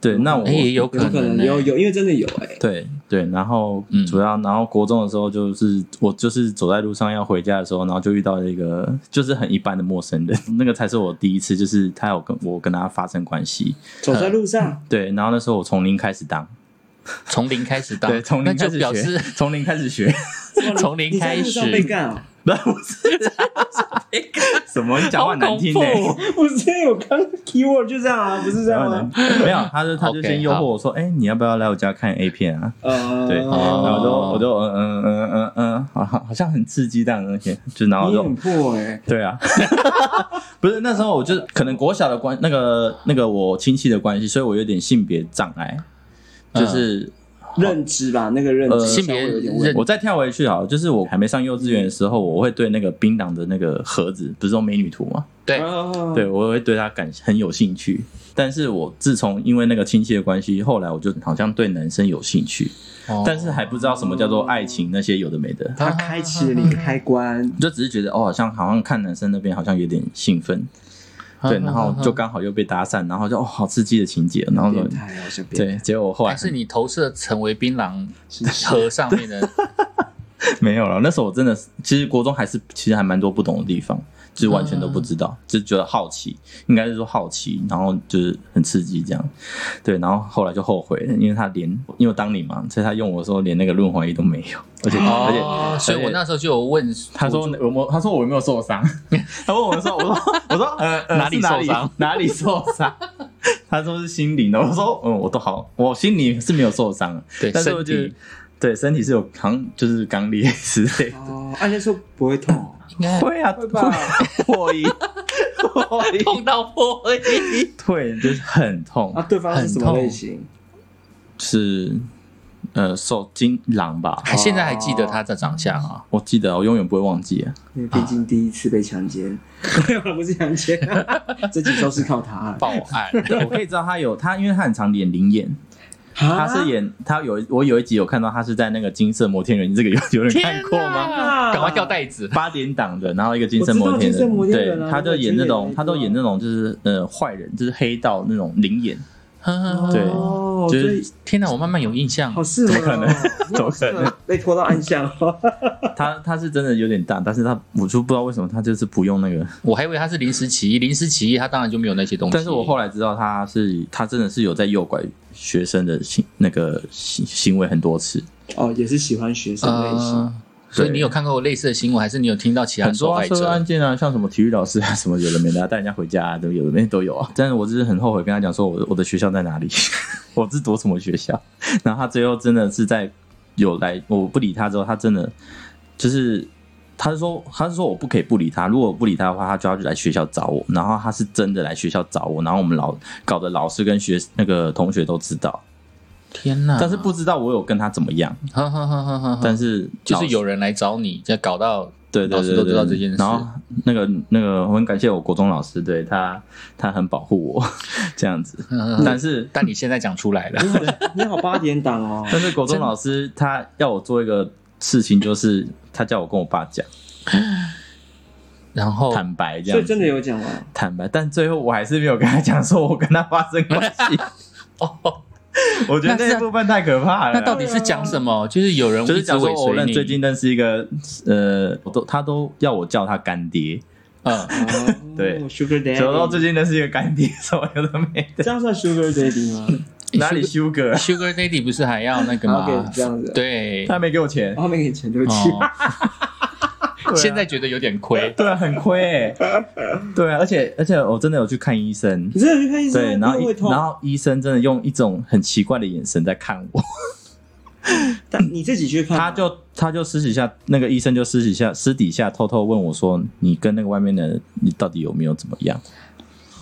Speaker 2: 对，那我
Speaker 1: 哎也有
Speaker 3: 有可能有
Speaker 1: 欸
Speaker 3: 有，因为真的有哎、
Speaker 2: 对对，然后
Speaker 1: 嗯
Speaker 2: 主要然后国中的时候就是我就是走在路上要回家的时候，然后就遇到了一个就是很一般的陌生人，那个才是我第一次，就是他有跟我跟他发生关系，
Speaker 3: 走在路上，
Speaker 2: 对，然后那时候我从零开始当。
Speaker 1: 从零开始当，
Speaker 2: 对，从
Speaker 1: 那
Speaker 2: 零
Speaker 1: 就
Speaker 2: 开始
Speaker 1: 表
Speaker 2: 学
Speaker 1: 示，
Speaker 2: (laughs) (laughs) 从零开始学，
Speaker 1: 从零
Speaker 3: 你在
Speaker 1: 开
Speaker 3: 路
Speaker 1: 始
Speaker 3: 上被干啊、
Speaker 2: 不是不是，什么？你讲话很难听呢、欸
Speaker 1: 好恐怖
Speaker 3: (laughs)
Speaker 1: 哦
Speaker 3: 不是我刚 keyword 就这样啊，不是这
Speaker 2: 讲话
Speaker 3: 样
Speaker 2: 很
Speaker 3: 吗
Speaker 2: 难？听。没有，他就他就
Speaker 1: OK，
Speaker 2: 先诱惑
Speaker 1: 好
Speaker 2: 我说，哎、你要不要来我家看 A 片啊？
Speaker 3: 呃，
Speaker 2: (laughs) 对，
Speaker 1: 哦
Speaker 2: 然后我就我就嗯嗯嗯嗯嗯，好好好像很刺激这样的东西，就然后
Speaker 3: 你
Speaker 2: 就
Speaker 3: 很破哎，
Speaker 2: 对啊， (laughs) 不是那时候我就可能国小的关那个那个我亲戚的关系，所以我有点性别障碍，
Speaker 1: 嗯
Speaker 2: 就是、
Speaker 3: 认知吧，那个认
Speaker 2: 呃
Speaker 3: 知
Speaker 1: 性别
Speaker 3: 稍微有点问题
Speaker 1: 认
Speaker 2: 我再跳回去好了，就是我还没上幼稚园的时候，我会对那个槟榔的那个盒子，不是用美女图吗？
Speaker 3: (laughs)
Speaker 1: 对，
Speaker 3: 哦
Speaker 2: 对，我会对他感很有兴趣。但是我自从因为那个亲戚的关系，后来我就好像对男生有兴趣，
Speaker 1: 哦
Speaker 2: 但是还不知道什么叫做爱情那些有的没的。
Speaker 3: 他开启了你的开关，
Speaker 2: 就只是觉得哦，好像好像看男生那边好像有点兴奋，对，然后就刚好又被搭讪，然后就哦，好刺激的情节，然后
Speaker 3: 变态好像变态，
Speaker 2: 对，结果我后来
Speaker 1: 还是你投射成为槟榔
Speaker 3: 真是
Speaker 1: 盒上面的，
Speaker 2: (laughs) 没有了。那时候我真的是，其实国中还是其实还蛮多不懂的地方，就是完全都
Speaker 1: 嗯
Speaker 2: 不知道，就觉得好奇，应该是说好奇，然后就是很刺激这样。对，然后后来就后悔了，因为他连因为我当你嘛，所以他用我的时候连那个润滑液都没有，而且、而且
Speaker 1: (laughs) 哦，所以我那时候就有问，
Speaker 2: 他说我没有，他说我有没有受
Speaker 1: (laughs)
Speaker 2: 伤？他问我说，我说我说呃呃
Speaker 1: 哪里
Speaker 2: 是
Speaker 1: 受伤？
Speaker 2: 哪里受伤？ (laughs) 他说是心灵的，我说嗯我都好，我心里是没有受伤，
Speaker 1: 对
Speaker 2: 但是我
Speaker 1: 身体
Speaker 2: 觉得对身体是有好像就是刚裂之类的，
Speaker 3: 哦，按那时候不会痛哦，
Speaker 1: 应该
Speaker 2: 会啊，
Speaker 3: 会吧？
Speaker 2: 破音，破音，
Speaker 1: 碰到破音，
Speaker 2: 对，就是很痛
Speaker 3: 啊，，对方是什么
Speaker 1: 很痛
Speaker 3: 类型？
Speaker 2: 是呃受惊狼吧？
Speaker 1: 还 (laughs) 现在还记
Speaker 2: 哦
Speaker 1: 得他的长相啊？
Speaker 2: 我记得我永远不会忘记啊。
Speaker 3: 因为毕竟第一次被强奸，没有了， (laughs) 不是强奸，这几周是靠他。
Speaker 1: 报案，
Speaker 2: 我可以知道他有他，因为他很常演灵演， (laughs) 他
Speaker 3: 他
Speaker 2: 是演他有我有一集有看到他是在那个金色摩天轮，你这个有有人看过吗？
Speaker 1: 吗赶快掉袋 (laughs) 子，
Speaker 2: 八点档的，然后一个金色摩
Speaker 3: 我知道金色摩天
Speaker 2: 对
Speaker 3: 轮，啊
Speaker 2: 他就演那
Speaker 3: 那
Speaker 2: 种
Speaker 3: 个
Speaker 2: 他都演那种就是呃坏人，就是黑道那种灵演，对
Speaker 3: 哦，
Speaker 2: 就是
Speaker 3: 所以
Speaker 1: 天哪，我慢慢有印象
Speaker 3: 好，适合哦，
Speaker 2: 可能
Speaker 3: 真的好适
Speaker 2: 怎么
Speaker 3: 合
Speaker 2: 可能
Speaker 3: (laughs) 被拖到暗巷哦？
Speaker 2: 他他是真的有点大，但是他我就不知道为什么他就是不用那个
Speaker 1: 我还以为他是临时起意，临时起意他当然就没有那些东西。
Speaker 2: 但是我后来知道他是他真的是有在诱拐学生的行那个行行为很多次，
Speaker 3: 哦，也是喜欢学生类
Speaker 2: 啊
Speaker 3: 型。
Speaker 1: 呃，所以你有看过类似的新闻，还是你有听到其他
Speaker 2: 很
Speaker 1: 的
Speaker 2: 多
Speaker 1: 受
Speaker 2: 啊
Speaker 1: 害
Speaker 2: 社会案
Speaker 1: 者？
Speaker 2: 件啊，像什么体育老师啊，什么有的没的、啊，带人家回家啊，都有的没的都有啊。但是我只是很后悔跟他讲说我我的学校在哪里， (laughs) 我是读什么学校，然后他最后真的是在有来我不理他之后，他真的就是。他是说，他是说我不可以不理他，如果我不理他的话，他就要来学校找我。然后他是真的来学校找我，然后我们老搞得老师跟学那个同学都知道，
Speaker 1: 天哪！
Speaker 2: 但是不知道我有跟他怎么样，
Speaker 1: 呵呵呵呵呵，
Speaker 2: 但是
Speaker 1: 啊就是有
Speaker 2: 老师
Speaker 1: 人来找你，再搞到
Speaker 2: 对对
Speaker 1: 老
Speaker 2: 对
Speaker 1: 师
Speaker 2: 对
Speaker 1: 都知道这件事
Speaker 2: 然后那个那个，我很感谢我国中老师，对他他很保护我 (laughs) 这样子，
Speaker 1: 嗯
Speaker 2: 但是
Speaker 1: 但你现在讲出来
Speaker 2: (laughs)
Speaker 1: 了，
Speaker 3: 你好，八点档哦，
Speaker 2: 但是国中老师他要我做一个事情，就是他叫我跟我爸讲
Speaker 1: 然后
Speaker 2: 坦白 (laughs) 这
Speaker 3: 所
Speaker 2: 样
Speaker 3: 以真
Speaker 2: 子。
Speaker 3: 的有讲完。
Speaker 2: 坦白，但最后我还是没有跟他讲，说我跟他发生关
Speaker 1: (laughs)
Speaker 2: 系。
Speaker 1: 哦，
Speaker 2: 我觉得
Speaker 1: 那是啊
Speaker 2: 那一部分太可怕了。
Speaker 1: 那到底是讲什么？就是有人
Speaker 2: 就是
Speaker 1: 一直
Speaker 2: 讲说，
Speaker 1: 尾
Speaker 2: 我
Speaker 1: 随
Speaker 2: 认
Speaker 1: 你，
Speaker 2: 最近认识一个呃，我都他都要我叫他干爹，
Speaker 1: 嗯，
Speaker 3: 哦
Speaker 2: (laughs) 对
Speaker 3: ，Sugar
Speaker 1: 哎
Speaker 2: 结果到最
Speaker 3: Daddy，
Speaker 2: 近认识一个干爹，什么有的没的。
Speaker 3: 这样算 Sugar Daddy
Speaker 2: (laughs)
Speaker 3: 吗？
Speaker 2: 哪里修哥？
Speaker 1: Sugar Daddy 不是还要那个
Speaker 3: OK，
Speaker 1: 吗？
Speaker 3: 这样子
Speaker 1: 对，哦
Speaker 2: (laughs) 他没给我钱，
Speaker 3: 然后没给你钱，对不起。
Speaker 2: 哦对啊
Speaker 1: 现在觉得有点亏。
Speaker 2: 对啊，很亏哎、对啊，而且而且我真的有去看医生，
Speaker 3: 你真的去看医生，
Speaker 2: 对，然后
Speaker 3: 会
Speaker 2: 医
Speaker 3: 痛。
Speaker 2: 然后医生真的用一种很奇怪的眼神在看我，
Speaker 3: 但你自己去看，
Speaker 2: 他就他就私底下那个医生就私底下私底下偷偷问我说，你跟那个外面的人你到底有没有怎么样？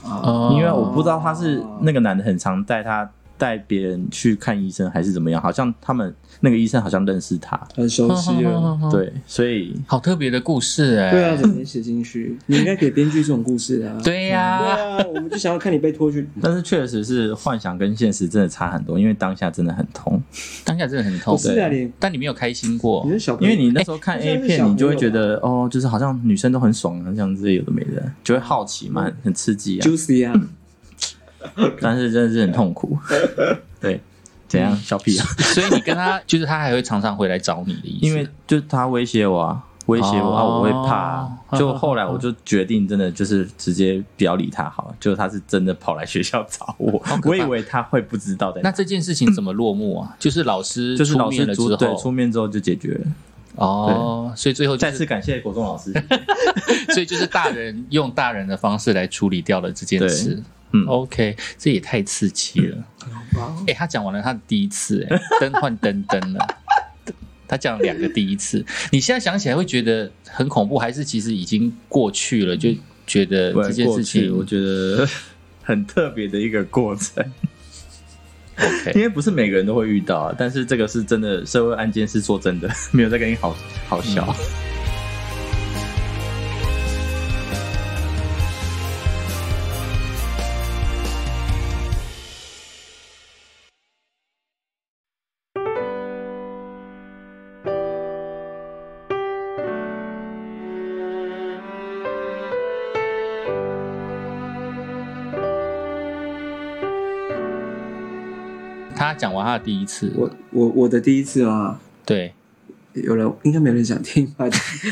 Speaker 1: 哦
Speaker 2: 因为我不知道他是那个男的很常带他带别人去看医生还是怎么样，好像他们那个医生好像认识他，
Speaker 3: 很熟悉
Speaker 1: 嗯
Speaker 2: (laughs)
Speaker 3: 了。
Speaker 1: 哦
Speaker 2: 对，所以
Speaker 1: 好特别的故事哎、
Speaker 3: 对啊，怎么没写进去？你应该给编剧这种故事的啊。
Speaker 1: 对呀、
Speaker 3: 对啊，我们就想要看你被拖去。
Speaker 2: 但是确实是幻想跟现实真的差很多，因为当下真的很痛。
Speaker 1: 当下真的很
Speaker 3: 不
Speaker 1: 痛，
Speaker 3: 是啊，你
Speaker 1: 但你没有开心过
Speaker 3: 你，是小朋
Speaker 2: 因
Speaker 3: 友，
Speaker 2: 为你那时候看
Speaker 3: 欸
Speaker 2: A
Speaker 3: 现在是
Speaker 2: 片，
Speaker 3: 小朋友
Speaker 2: 你就会觉得哦，就是好像女生都很爽啊，这样子有的没的，就会好奇嘛，很很刺激啊。
Speaker 3: juicy 啊，
Speaker 2: 但是真的是很痛苦。对，怎样小屁啊？
Speaker 1: 所以你跟他 (laughs) 就是他还会常常回来找你的意思，
Speaker 2: 因为就他威胁我啊，威胁我啊，
Speaker 1: 哦
Speaker 2: 我会怕啊。就后来我就决定，真的就是直接不要理他好了。就他是真的跑来学校找我，
Speaker 1: 怕
Speaker 2: 我以为他会不知道的。
Speaker 1: 那这件事情怎么落幕啊？就是老师
Speaker 2: 就是老
Speaker 1: 出面
Speaker 2: 师
Speaker 1: 了
Speaker 2: 出
Speaker 1: 之
Speaker 2: 对
Speaker 1: 后
Speaker 2: 出面之后就解决了。
Speaker 1: 哦，所以最后就
Speaker 2: 再
Speaker 1: 是
Speaker 2: 次，感谢国栋老师，
Speaker 1: 所以就是大人用大人的方式来处理掉了这件
Speaker 2: 对
Speaker 1: 事。
Speaker 2: 嗯
Speaker 1: OK，这也太刺激了。
Speaker 3: 哇
Speaker 1: 哎、他讲完了他的第一次、哎，灯换灯灯了。 (laughs) 他讲两个第一次，你现在想起来会觉得很恐怖，还是其实已经过去了，就觉得
Speaker 2: 我
Speaker 1: 这件
Speaker 2: 过
Speaker 1: 事
Speaker 2: 去
Speaker 1: 情
Speaker 2: 我觉得很特别的一个过程，因
Speaker 1: OK？
Speaker 2: 为不是每个人都会遇到啊，但是这个是真的社会案件是说真的， (laughs) 没有在跟你好好笑。
Speaker 1: 他讲完他的第一次，
Speaker 3: 我我我的第一次啊，
Speaker 1: 对，
Speaker 3: 有人应该没人想听吧？
Speaker 2: (laughs)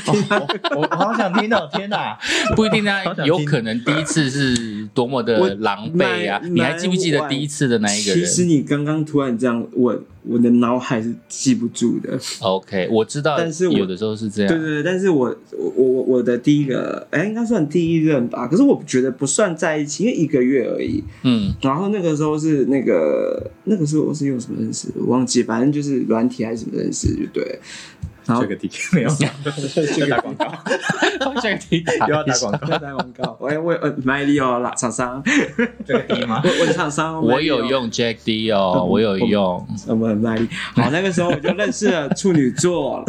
Speaker 2: 我我好想听到，天哪！
Speaker 1: 不一定啊
Speaker 2: 好，想
Speaker 1: 有
Speaker 2: 听
Speaker 1: 可能第一次是多么
Speaker 3: 我
Speaker 1: 的狼狈啊！
Speaker 3: 蛮
Speaker 1: 你还记不记得第一次的那一个
Speaker 3: 其
Speaker 1: 人
Speaker 3: 实你刚刚突然这样问，我的脑海是记不住的。
Speaker 1: ？OK，我知道，
Speaker 3: 但是我
Speaker 1: 有的时候是这
Speaker 3: 对
Speaker 1: 样。
Speaker 3: 对对，但是我我我我的第一个，哎，应该算第一任吧。可是我觉得不算在一起，因为一个月而已。
Speaker 1: 嗯，
Speaker 3: 然后那个时候是那个那个时候我是用什么认识的，我忘记，反正就是软体还是什么认识，就对。然后
Speaker 2: 这个题没有，这个广告
Speaker 1: 好想 (laughs) 听他
Speaker 2: 又要打
Speaker 3: (laughs)
Speaker 2: 广告，
Speaker 3: 在广告，我我我卖力哦啦，厂商，
Speaker 2: 这个题吗
Speaker 3: 我？我厂商，
Speaker 1: 我有
Speaker 3: 用。
Speaker 1: 用 Jack D
Speaker 3: 嗯
Speaker 1: 哦，我有用。
Speaker 3: 我们很卖力。好，那个时候我就认识了处女座，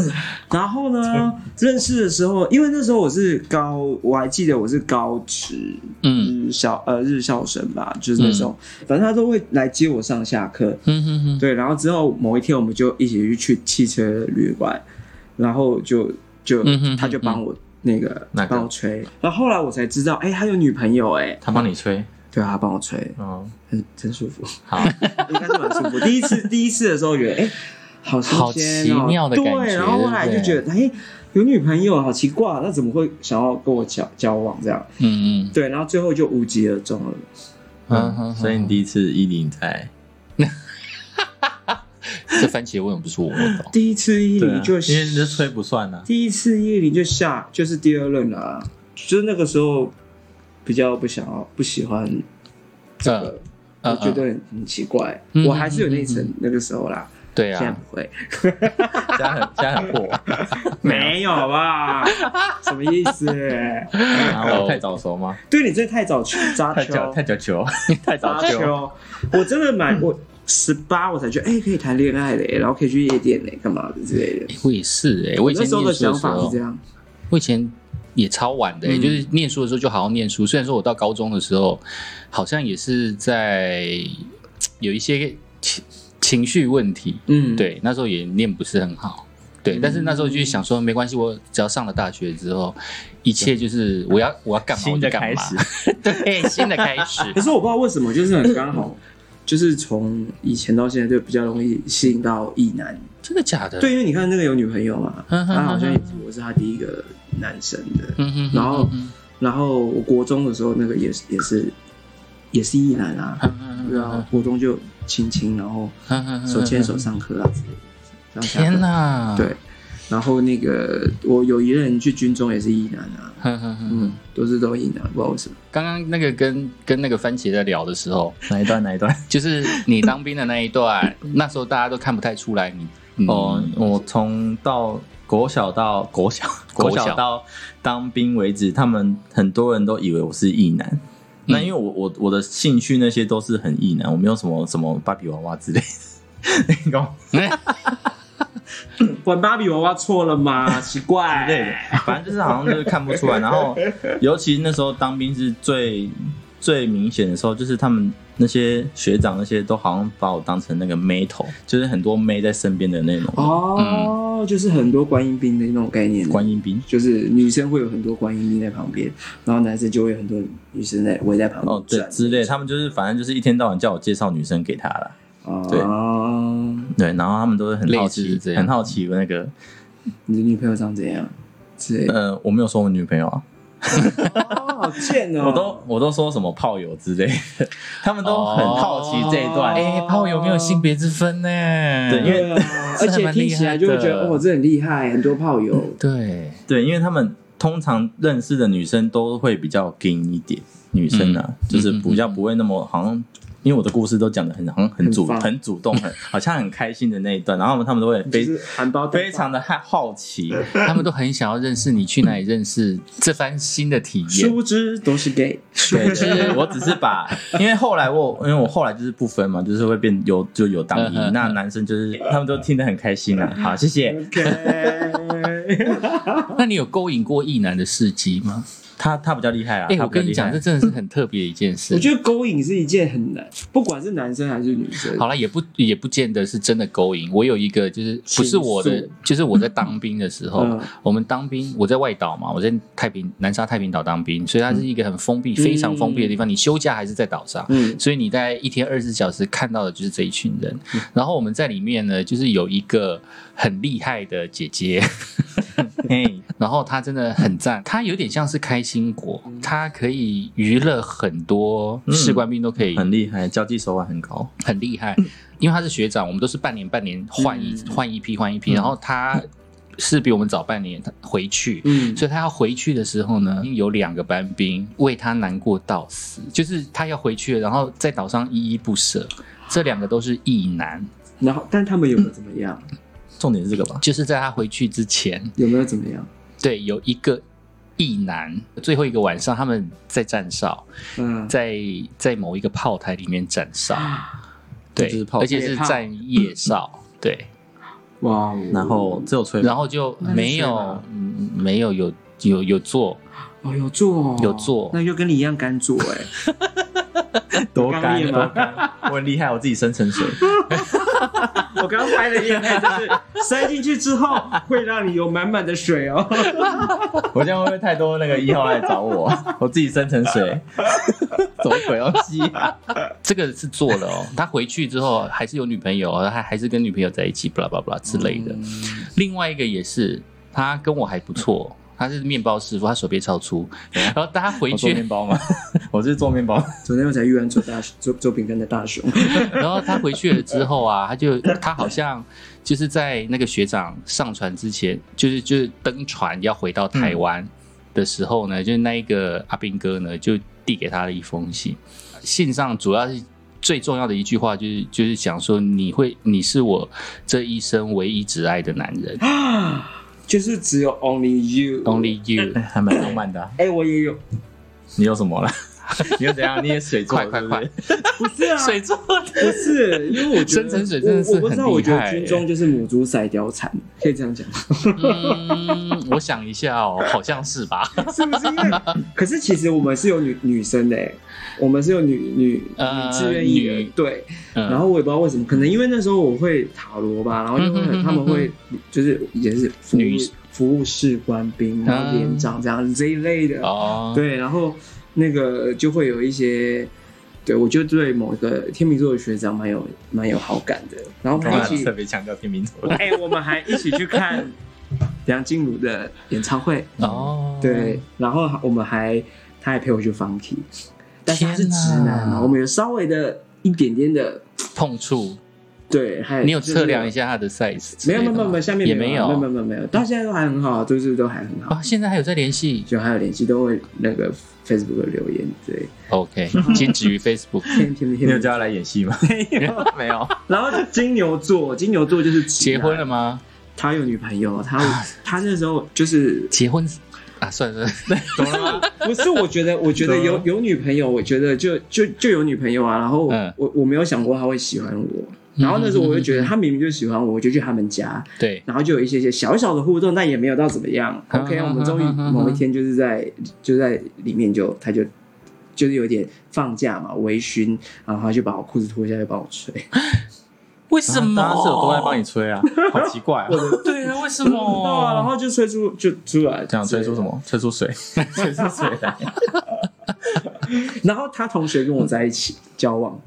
Speaker 3: 然后呢，认识的时候，因为那时候我是高，我还记得我是高职
Speaker 1: 嗯
Speaker 3: 日校呃日校生吧，就是那种，反正他都会来接我上下课。
Speaker 1: 哼哼哼，
Speaker 3: 对，然后之后某一天我们就一起去去汽车旅馆，然后就就、
Speaker 1: 嗯哼
Speaker 3: 他就帮我那个
Speaker 2: 那个
Speaker 3: 帮我吹，然后后来我才知道，哎、他有女朋友、哎，
Speaker 2: 他帮你吹，
Speaker 3: 对啊，他帮我吹，
Speaker 2: 嗯，
Speaker 3: 很真舒服。
Speaker 2: 好，
Speaker 3: (laughs) 应该是蛮舒服。第一次第一次的时候觉得，哎、好新
Speaker 1: 好
Speaker 3: 鲜哦
Speaker 1: 奇妙的感觉
Speaker 3: 对，然后后来就觉得，哎、有女朋友好奇怪，那怎么会想要跟我交交往这样？
Speaker 1: 嗯嗯
Speaker 3: 对，然后最后就无疾而终了。
Speaker 1: 嗯嗯，
Speaker 2: 所以你第一次一零在，
Speaker 1: 这番茄为什么不是我问的哦？
Speaker 3: 第一次一
Speaker 2: 对啊
Speaker 3: 零就、
Speaker 2: 因为你的吹不算
Speaker 3: (laughs)
Speaker 2: 啊，
Speaker 3: 第一次一零就下，就是第二任啊，就是那个时候比较不想要不喜欢这个。
Speaker 1: 嗯
Speaker 3: 我觉得很很奇怪，
Speaker 1: 嗯
Speaker 3: 我还是有那一层那个时候啦，
Speaker 1: 对
Speaker 3: 现在
Speaker 1: 啊，
Speaker 3: 不会，
Speaker 2: 现在很现在很破，
Speaker 3: 没有吧？什么意思？
Speaker 2: 啊我太早熟吗？
Speaker 3: 对你这太
Speaker 1: (laughs)
Speaker 3: 早去扎
Speaker 2: 太
Speaker 3: 秋，
Speaker 2: 早太早球，太早
Speaker 3: 打
Speaker 2: 球，
Speaker 3: 球，我真的蛮我十八我才觉得，哎、可以谈恋爱嘞，然后可以去夜店嘞，干嘛的之类的。
Speaker 1: 我也是哎，我以前
Speaker 3: 那时候
Speaker 1: 念
Speaker 3: 的
Speaker 1: 书的
Speaker 3: 想
Speaker 1: 时
Speaker 3: 法是
Speaker 1: 候
Speaker 3: 这，样，
Speaker 1: 我以前也超晚的、欸，
Speaker 3: 嗯
Speaker 1: 就是念书的时候就好好念书。虽然说我到高中的时候，好像也是在有一些情情绪问题，
Speaker 3: 嗯，，
Speaker 1: 对，那时候也念不是很好。对，但是那时候就想说，没关系，我只要上了大学之后，一切就是我要我要干嘛我
Speaker 2: 新
Speaker 1: 就
Speaker 2: 的
Speaker 1: 干
Speaker 2: 开
Speaker 1: 嘛
Speaker 2: 始，，
Speaker 1: (laughs) 对，新的开始。
Speaker 3: (laughs) 可是我不知道为什么，就是很刚
Speaker 1: (laughs)
Speaker 3: 好，就是从以前到现在就比较容易吸引到异男。
Speaker 1: 真的假的？
Speaker 3: 对，，因为你看那个有女朋友嘛，
Speaker 1: 嗯哼
Speaker 3: 他好像也
Speaker 1: 嗯
Speaker 3: 我是他第一个男生的，
Speaker 1: 嗯哼
Speaker 3: 然后
Speaker 1: 嗯
Speaker 3: 然后我国中的时候那个也是也是也是异男啊，
Speaker 1: 哼嗯
Speaker 3: 对啊，国中就亲亲，然后
Speaker 1: 嗯嗯
Speaker 3: 手牵手。上课啊之类的，然后下课
Speaker 1: 天哪！
Speaker 3: 对，然后那个我有一任去军中也是一男啊，
Speaker 1: 哼，哼哼
Speaker 3: 嗯，都是都一男，不知道为什么。
Speaker 1: 刚刚那个跟跟那个番茄在聊的时候，
Speaker 2: 哪一段哪一段？
Speaker 1: 就是你当兵的那一 (laughs) 段，那时候大家都看不太出来你。你
Speaker 2: 哦，我从到国小到国 (laughs) 小，
Speaker 1: 国
Speaker 2: 国
Speaker 1: 小
Speaker 2: 小到当兵为止，他们很多人都以为我是异男。那因为我我我的兴趣那些都是很异男，我没有什么什么芭比娃娃之类的，你懂
Speaker 1: 哦哎
Speaker 3: 玩芭比娃娃错了吗？奇怪
Speaker 2: 之类的， (laughs) 反正就是好像就是看不出来。然后尤其那时候当兵是最最明显的时候，就是他们那些学长那些都好像把我当成那个妹头，就是很多妹在身边的那种
Speaker 3: 哦，就是很多观音兵的那种概念，
Speaker 2: 观音兵。
Speaker 3: 就是女生会有很多观音兵在旁边，然后男生就会有很多女生在围在旁边
Speaker 2: 哦，对，
Speaker 3: 转
Speaker 2: 之类，他们就是反正就是一天到晚叫我介绍女生给他啦。对
Speaker 3: 哦，
Speaker 2: 对，然后他们都是很好
Speaker 1: 类似
Speaker 2: 奇
Speaker 1: 这，样
Speaker 2: 很好奇我那个，
Speaker 3: 你的女朋友长怎样？之类的， (laughs)
Speaker 2: 呃，我没有说我女朋友啊，
Speaker 3: 哦，好贱哦！
Speaker 2: 我都我都说什么炮友之类的， (laughs) 他们都很好奇这一段。
Speaker 1: 哎、炮友没有性别之分呢？
Speaker 2: 对因为
Speaker 3: 对啊，而且听起来就会觉得哦，这很厉害，很多炮 (laughs) 友。
Speaker 1: 对，
Speaker 2: 对，因为他们通常认识的女生都会比较 gay 一点，女生啊，就是比较不会那么好像。因为我的故事都讲的很好像很主
Speaker 3: 很棒
Speaker 2: 很主动很好像很开心的那一段，然后他们他们都会
Speaker 3: 就
Speaker 2: 非
Speaker 3: 是含苞待
Speaker 2: 非常的好好奇，
Speaker 1: 他们都很想要认识你，去哪里认识这番新的体
Speaker 3: 放，殊
Speaker 1: 验。
Speaker 3: 不知都是 gay。
Speaker 2: (laughs) 对，就是我只是把，因为后来我因为我后来就是不分嘛，就是会变有就有当
Speaker 1: 嗯
Speaker 2: 一
Speaker 1: 嗯，嗯
Speaker 2: 那男生就是他们都听得很开心啊。好，谢谢
Speaker 3: OK，
Speaker 1: 那你有勾引过异男的事迹吗？
Speaker 2: 他，他比较厉害啊。
Speaker 1: 哎、
Speaker 2: 他
Speaker 1: 我
Speaker 2: 比较
Speaker 1: 跟你
Speaker 2: 厉害
Speaker 1: 讲，这真的是很特别的一件事
Speaker 3: 我。觉得勾引是一件很难，不管是男生还是女生。
Speaker 1: 好了，也不也不见得是真的勾引。我有一个就是不是我的
Speaker 3: 倾诉，
Speaker 1: 就是我在当兵的时候，
Speaker 3: 嗯
Speaker 1: 我们当兵，我在外岛嘛，我在太平南沙太平岛当兵，所以它是一个很封闭、非常封闭的地方。你休假还是在岛上，
Speaker 3: 嗯，
Speaker 1: 所以你在一天二十四小时看到的就是这一群人。然后我们在里面呢，就是有一个很厉害的姐姐， (laughs)
Speaker 2: 嘿，
Speaker 1: 然后她真的很赞，她有点像是开心果，
Speaker 3: 嗯
Speaker 1: 她可以娱乐很多士官兵都可以
Speaker 2: 很厉害，交际手腕很高。
Speaker 1: 很厉害，
Speaker 2: 嗯
Speaker 1: 因为他是学长，我们都是半年半年换一换一批换一
Speaker 2: 嗯
Speaker 1: 批，然后他是比我们早半年回去，
Speaker 3: 嗯
Speaker 1: 所以他要回去的时候呢，有两个班兵为他难过到死，就是他要回去了，然后在岛上依依不舍。这两个都是异男，
Speaker 3: 然后但他们有没有怎么样？
Speaker 2: 重点是这个吧？
Speaker 1: 就是在他回去之前，
Speaker 3: 有没有怎么样？
Speaker 1: 对，有一个异男，最后一个晚上他们在站哨，
Speaker 3: 嗯，
Speaker 1: 在在某一个炮台里面站哨，
Speaker 2: 啊这
Speaker 1: 对
Speaker 2: 就是，炮
Speaker 1: 而且
Speaker 3: 台
Speaker 1: 是
Speaker 3: 炮
Speaker 1: 站夜哨，对。
Speaker 3: 哇哦，
Speaker 2: 然后只有吹，
Speaker 1: 然后就
Speaker 3: 那是
Speaker 1: 没
Speaker 3: 睡
Speaker 1: 有
Speaker 3: 吗，
Speaker 1: 嗯没有有有有做，
Speaker 3: 哦有做哦
Speaker 1: 有做
Speaker 3: 那就跟你一样干做哎。
Speaker 2: 多
Speaker 3: 刚
Speaker 2: 干啊
Speaker 3: 烈
Speaker 2: 多
Speaker 3: 吗
Speaker 2: 干，我很厉害，我自己生成水。
Speaker 3: 我刚刚拍的叶片就是塞进去之后会让你有满满的水哦。
Speaker 2: 我这样会不会太多那个一号来找我？我自己生成水， (laughs) 什么鬼东西啊？
Speaker 1: 这个是做了哦。他回去之后还是有女朋友哦，还还是跟女朋友在一起，巴拉巴拉之类
Speaker 3: 嗯
Speaker 1: 的。另外一个也是，他跟我还不错，他是面包师傅，他手臂超粗。 (laughs) 然后他回
Speaker 2: 我
Speaker 3: 哦
Speaker 2: 做面
Speaker 1: 去，
Speaker 2: 包吗？ (laughs) 我是做面包，
Speaker 3: 昨天我才遇完做大做做饼干的大熊，
Speaker 1: 然后他回去了之后啊，他就他好像就是在那个学长上船之前，就是就是登船要回到台湾的时候呢，就是那一个阿兵哥呢就递给他的一封信，信上主要是。最重要的一句话就是，就是讲说你会，你是我这一生唯一挚爱的男人
Speaker 3: 就是只有 only you
Speaker 1: ，Only you。
Speaker 2: (laughs) 还蛮浪漫的啊。
Speaker 3: 哎、我也有，
Speaker 2: 你有什么了？ (laughs) 你又怎样？你也水做
Speaker 1: 快快快！
Speaker 3: 不是
Speaker 1: (laughs)
Speaker 3: 啊，
Speaker 1: 水做的，
Speaker 3: (laughs) 不是，因为我觉
Speaker 1: 深
Speaker 3: 得
Speaker 1: 层水真的是
Speaker 3: 我我不知道，
Speaker 1: 很厉害欸
Speaker 3: 我觉得军中就是母猪赛貂蝉，可以这样讲，
Speaker 1: 嗯，我想一下哦，好像 (laughs) 是吧？
Speaker 3: 是不是？因为 (laughs) 可是其实我们是有女女生的、哎，我们是有女女
Speaker 1: 呃
Speaker 3: 女志愿役的
Speaker 1: 女，
Speaker 3: 对。
Speaker 1: 嗯
Speaker 3: 然后我也不知道为什么，可能因为那时候我会塔罗吧，然后就会
Speaker 1: 嗯哼
Speaker 3: 很他们会就是也是服务
Speaker 1: 女
Speaker 3: 服务士官兵，然后
Speaker 1: 嗯
Speaker 3: 连长这样子这一类的，
Speaker 1: 哦，
Speaker 3: 对，然后那个就会有一些，对我就对某个天秤座的学长蛮有蛮有好感的，然后我
Speaker 2: 干嘛
Speaker 3: 们一起
Speaker 2: 特，别强调天秤座？
Speaker 3: (laughs) 哎、我们还一起去
Speaker 1: (laughs)
Speaker 3: 看梁静茹的演唱会，
Speaker 1: 哦，
Speaker 3: 对，然后我们还他还陪我去 funky，但是他是
Speaker 1: 天哪
Speaker 3: 直男哦嘛，我们有稍微的一点点的，
Speaker 1: 碰触，
Speaker 3: 对，还
Speaker 1: 你有测量一
Speaker 3: 下？
Speaker 1: 下它的 size？之
Speaker 3: 没有
Speaker 1: 类
Speaker 3: 没
Speaker 1: 的
Speaker 3: 有
Speaker 1: 吗
Speaker 3: 没有没有，下面
Speaker 1: 也
Speaker 3: 没
Speaker 1: 没
Speaker 3: 有，没有啊
Speaker 1: 有
Speaker 3: 没有没有没有，到现在都还很好，都是都还很好
Speaker 1: 啊，，现在还有在联系。
Speaker 3: 就还有联系，都会那个 Facebook 的留言，
Speaker 1: (laughs)
Speaker 3: 对，
Speaker 1: OK，仅止于 Facebook。
Speaker 3: 天天
Speaker 2: 你有
Speaker 3: 天
Speaker 2: 叫他来演 (laughs) 戏吗？没有，
Speaker 3: 然后金牛座，金牛座就是直
Speaker 1: 结
Speaker 3: 男
Speaker 1: 婚了，吗？
Speaker 3: 他有女朋
Speaker 1: (laughs)
Speaker 3: 友，他他那时候就是
Speaker 1: 结婚啊，算了算了，
Speaker 3: 不是
Speaker 2: 啊
Speaker 3: (laughs) 不是，我觉得我觉得
Speaker 1: 啊
Speaker 3: 有有女朋友，我觉得就就就有女朋友啊。然后我、
Speaker 1: 嗯
Speaker 3: 我我没有想过他会喜欢我，然后那时候我就觉得他明明就喜欢我，我就去他们家，
Speaker 1: 对，
Speaker 3: 然后就有一些些小小的互动，但也没有到怎么
Speaker 1: (laughs)
Speaker 3: 样。
Speaker 1: 嗯
Speaker 3: OK，
Speaker 1: 嗯
Speaker 3: 我们终于
Speaker 1: 嗯嗯嗯
Speaker 3: 某一天就是在就在里面就他就。就是有点放假嘛，微醺，然后他就把我裤子脱下来帮我吹，
Speaker 1: 为什么？
Speaker 2: 当然是有都在帮你吹啊，好奇怪啊！
Speaker 1: 对啊，为什
Speaker 3: (laughs) 啊，然
Speaker 1: 么？
Speaker 3: 后就吹出就出来，
Speaker 2: 想吹出什么？吹出水， (laughs) 吹出水 (laughs) 来。
Speaker 3: 然后他同学跟我在一起交往，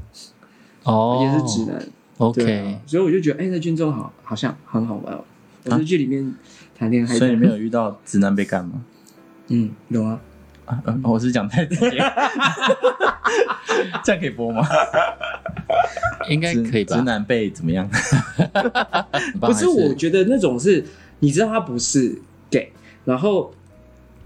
Speaker 1: 哦，
Speaker 3: 也是直男，对啊
Speaker 1: OK，
Speaker 3: 所以我就觉得，哎、在军中好好像很好玩、哦。我在剧里面谈恋爱，
Speaker 2: 所以你没有遇到直男被干吗？
Speaker 3: 嗯，有啊，
Speaker 2: 啊呃我是讲太直接， (laughs) 这样可以播吗？
Speaker 1: 应该
Speaker 2: 直
Speaker 1: 可以吧
Speaker 2: 直？男被怎么 (laughs) 样？
Speaker 1: 不
Speaker 3: 不是，我觉得那种是，你知道他不是 gay，然后，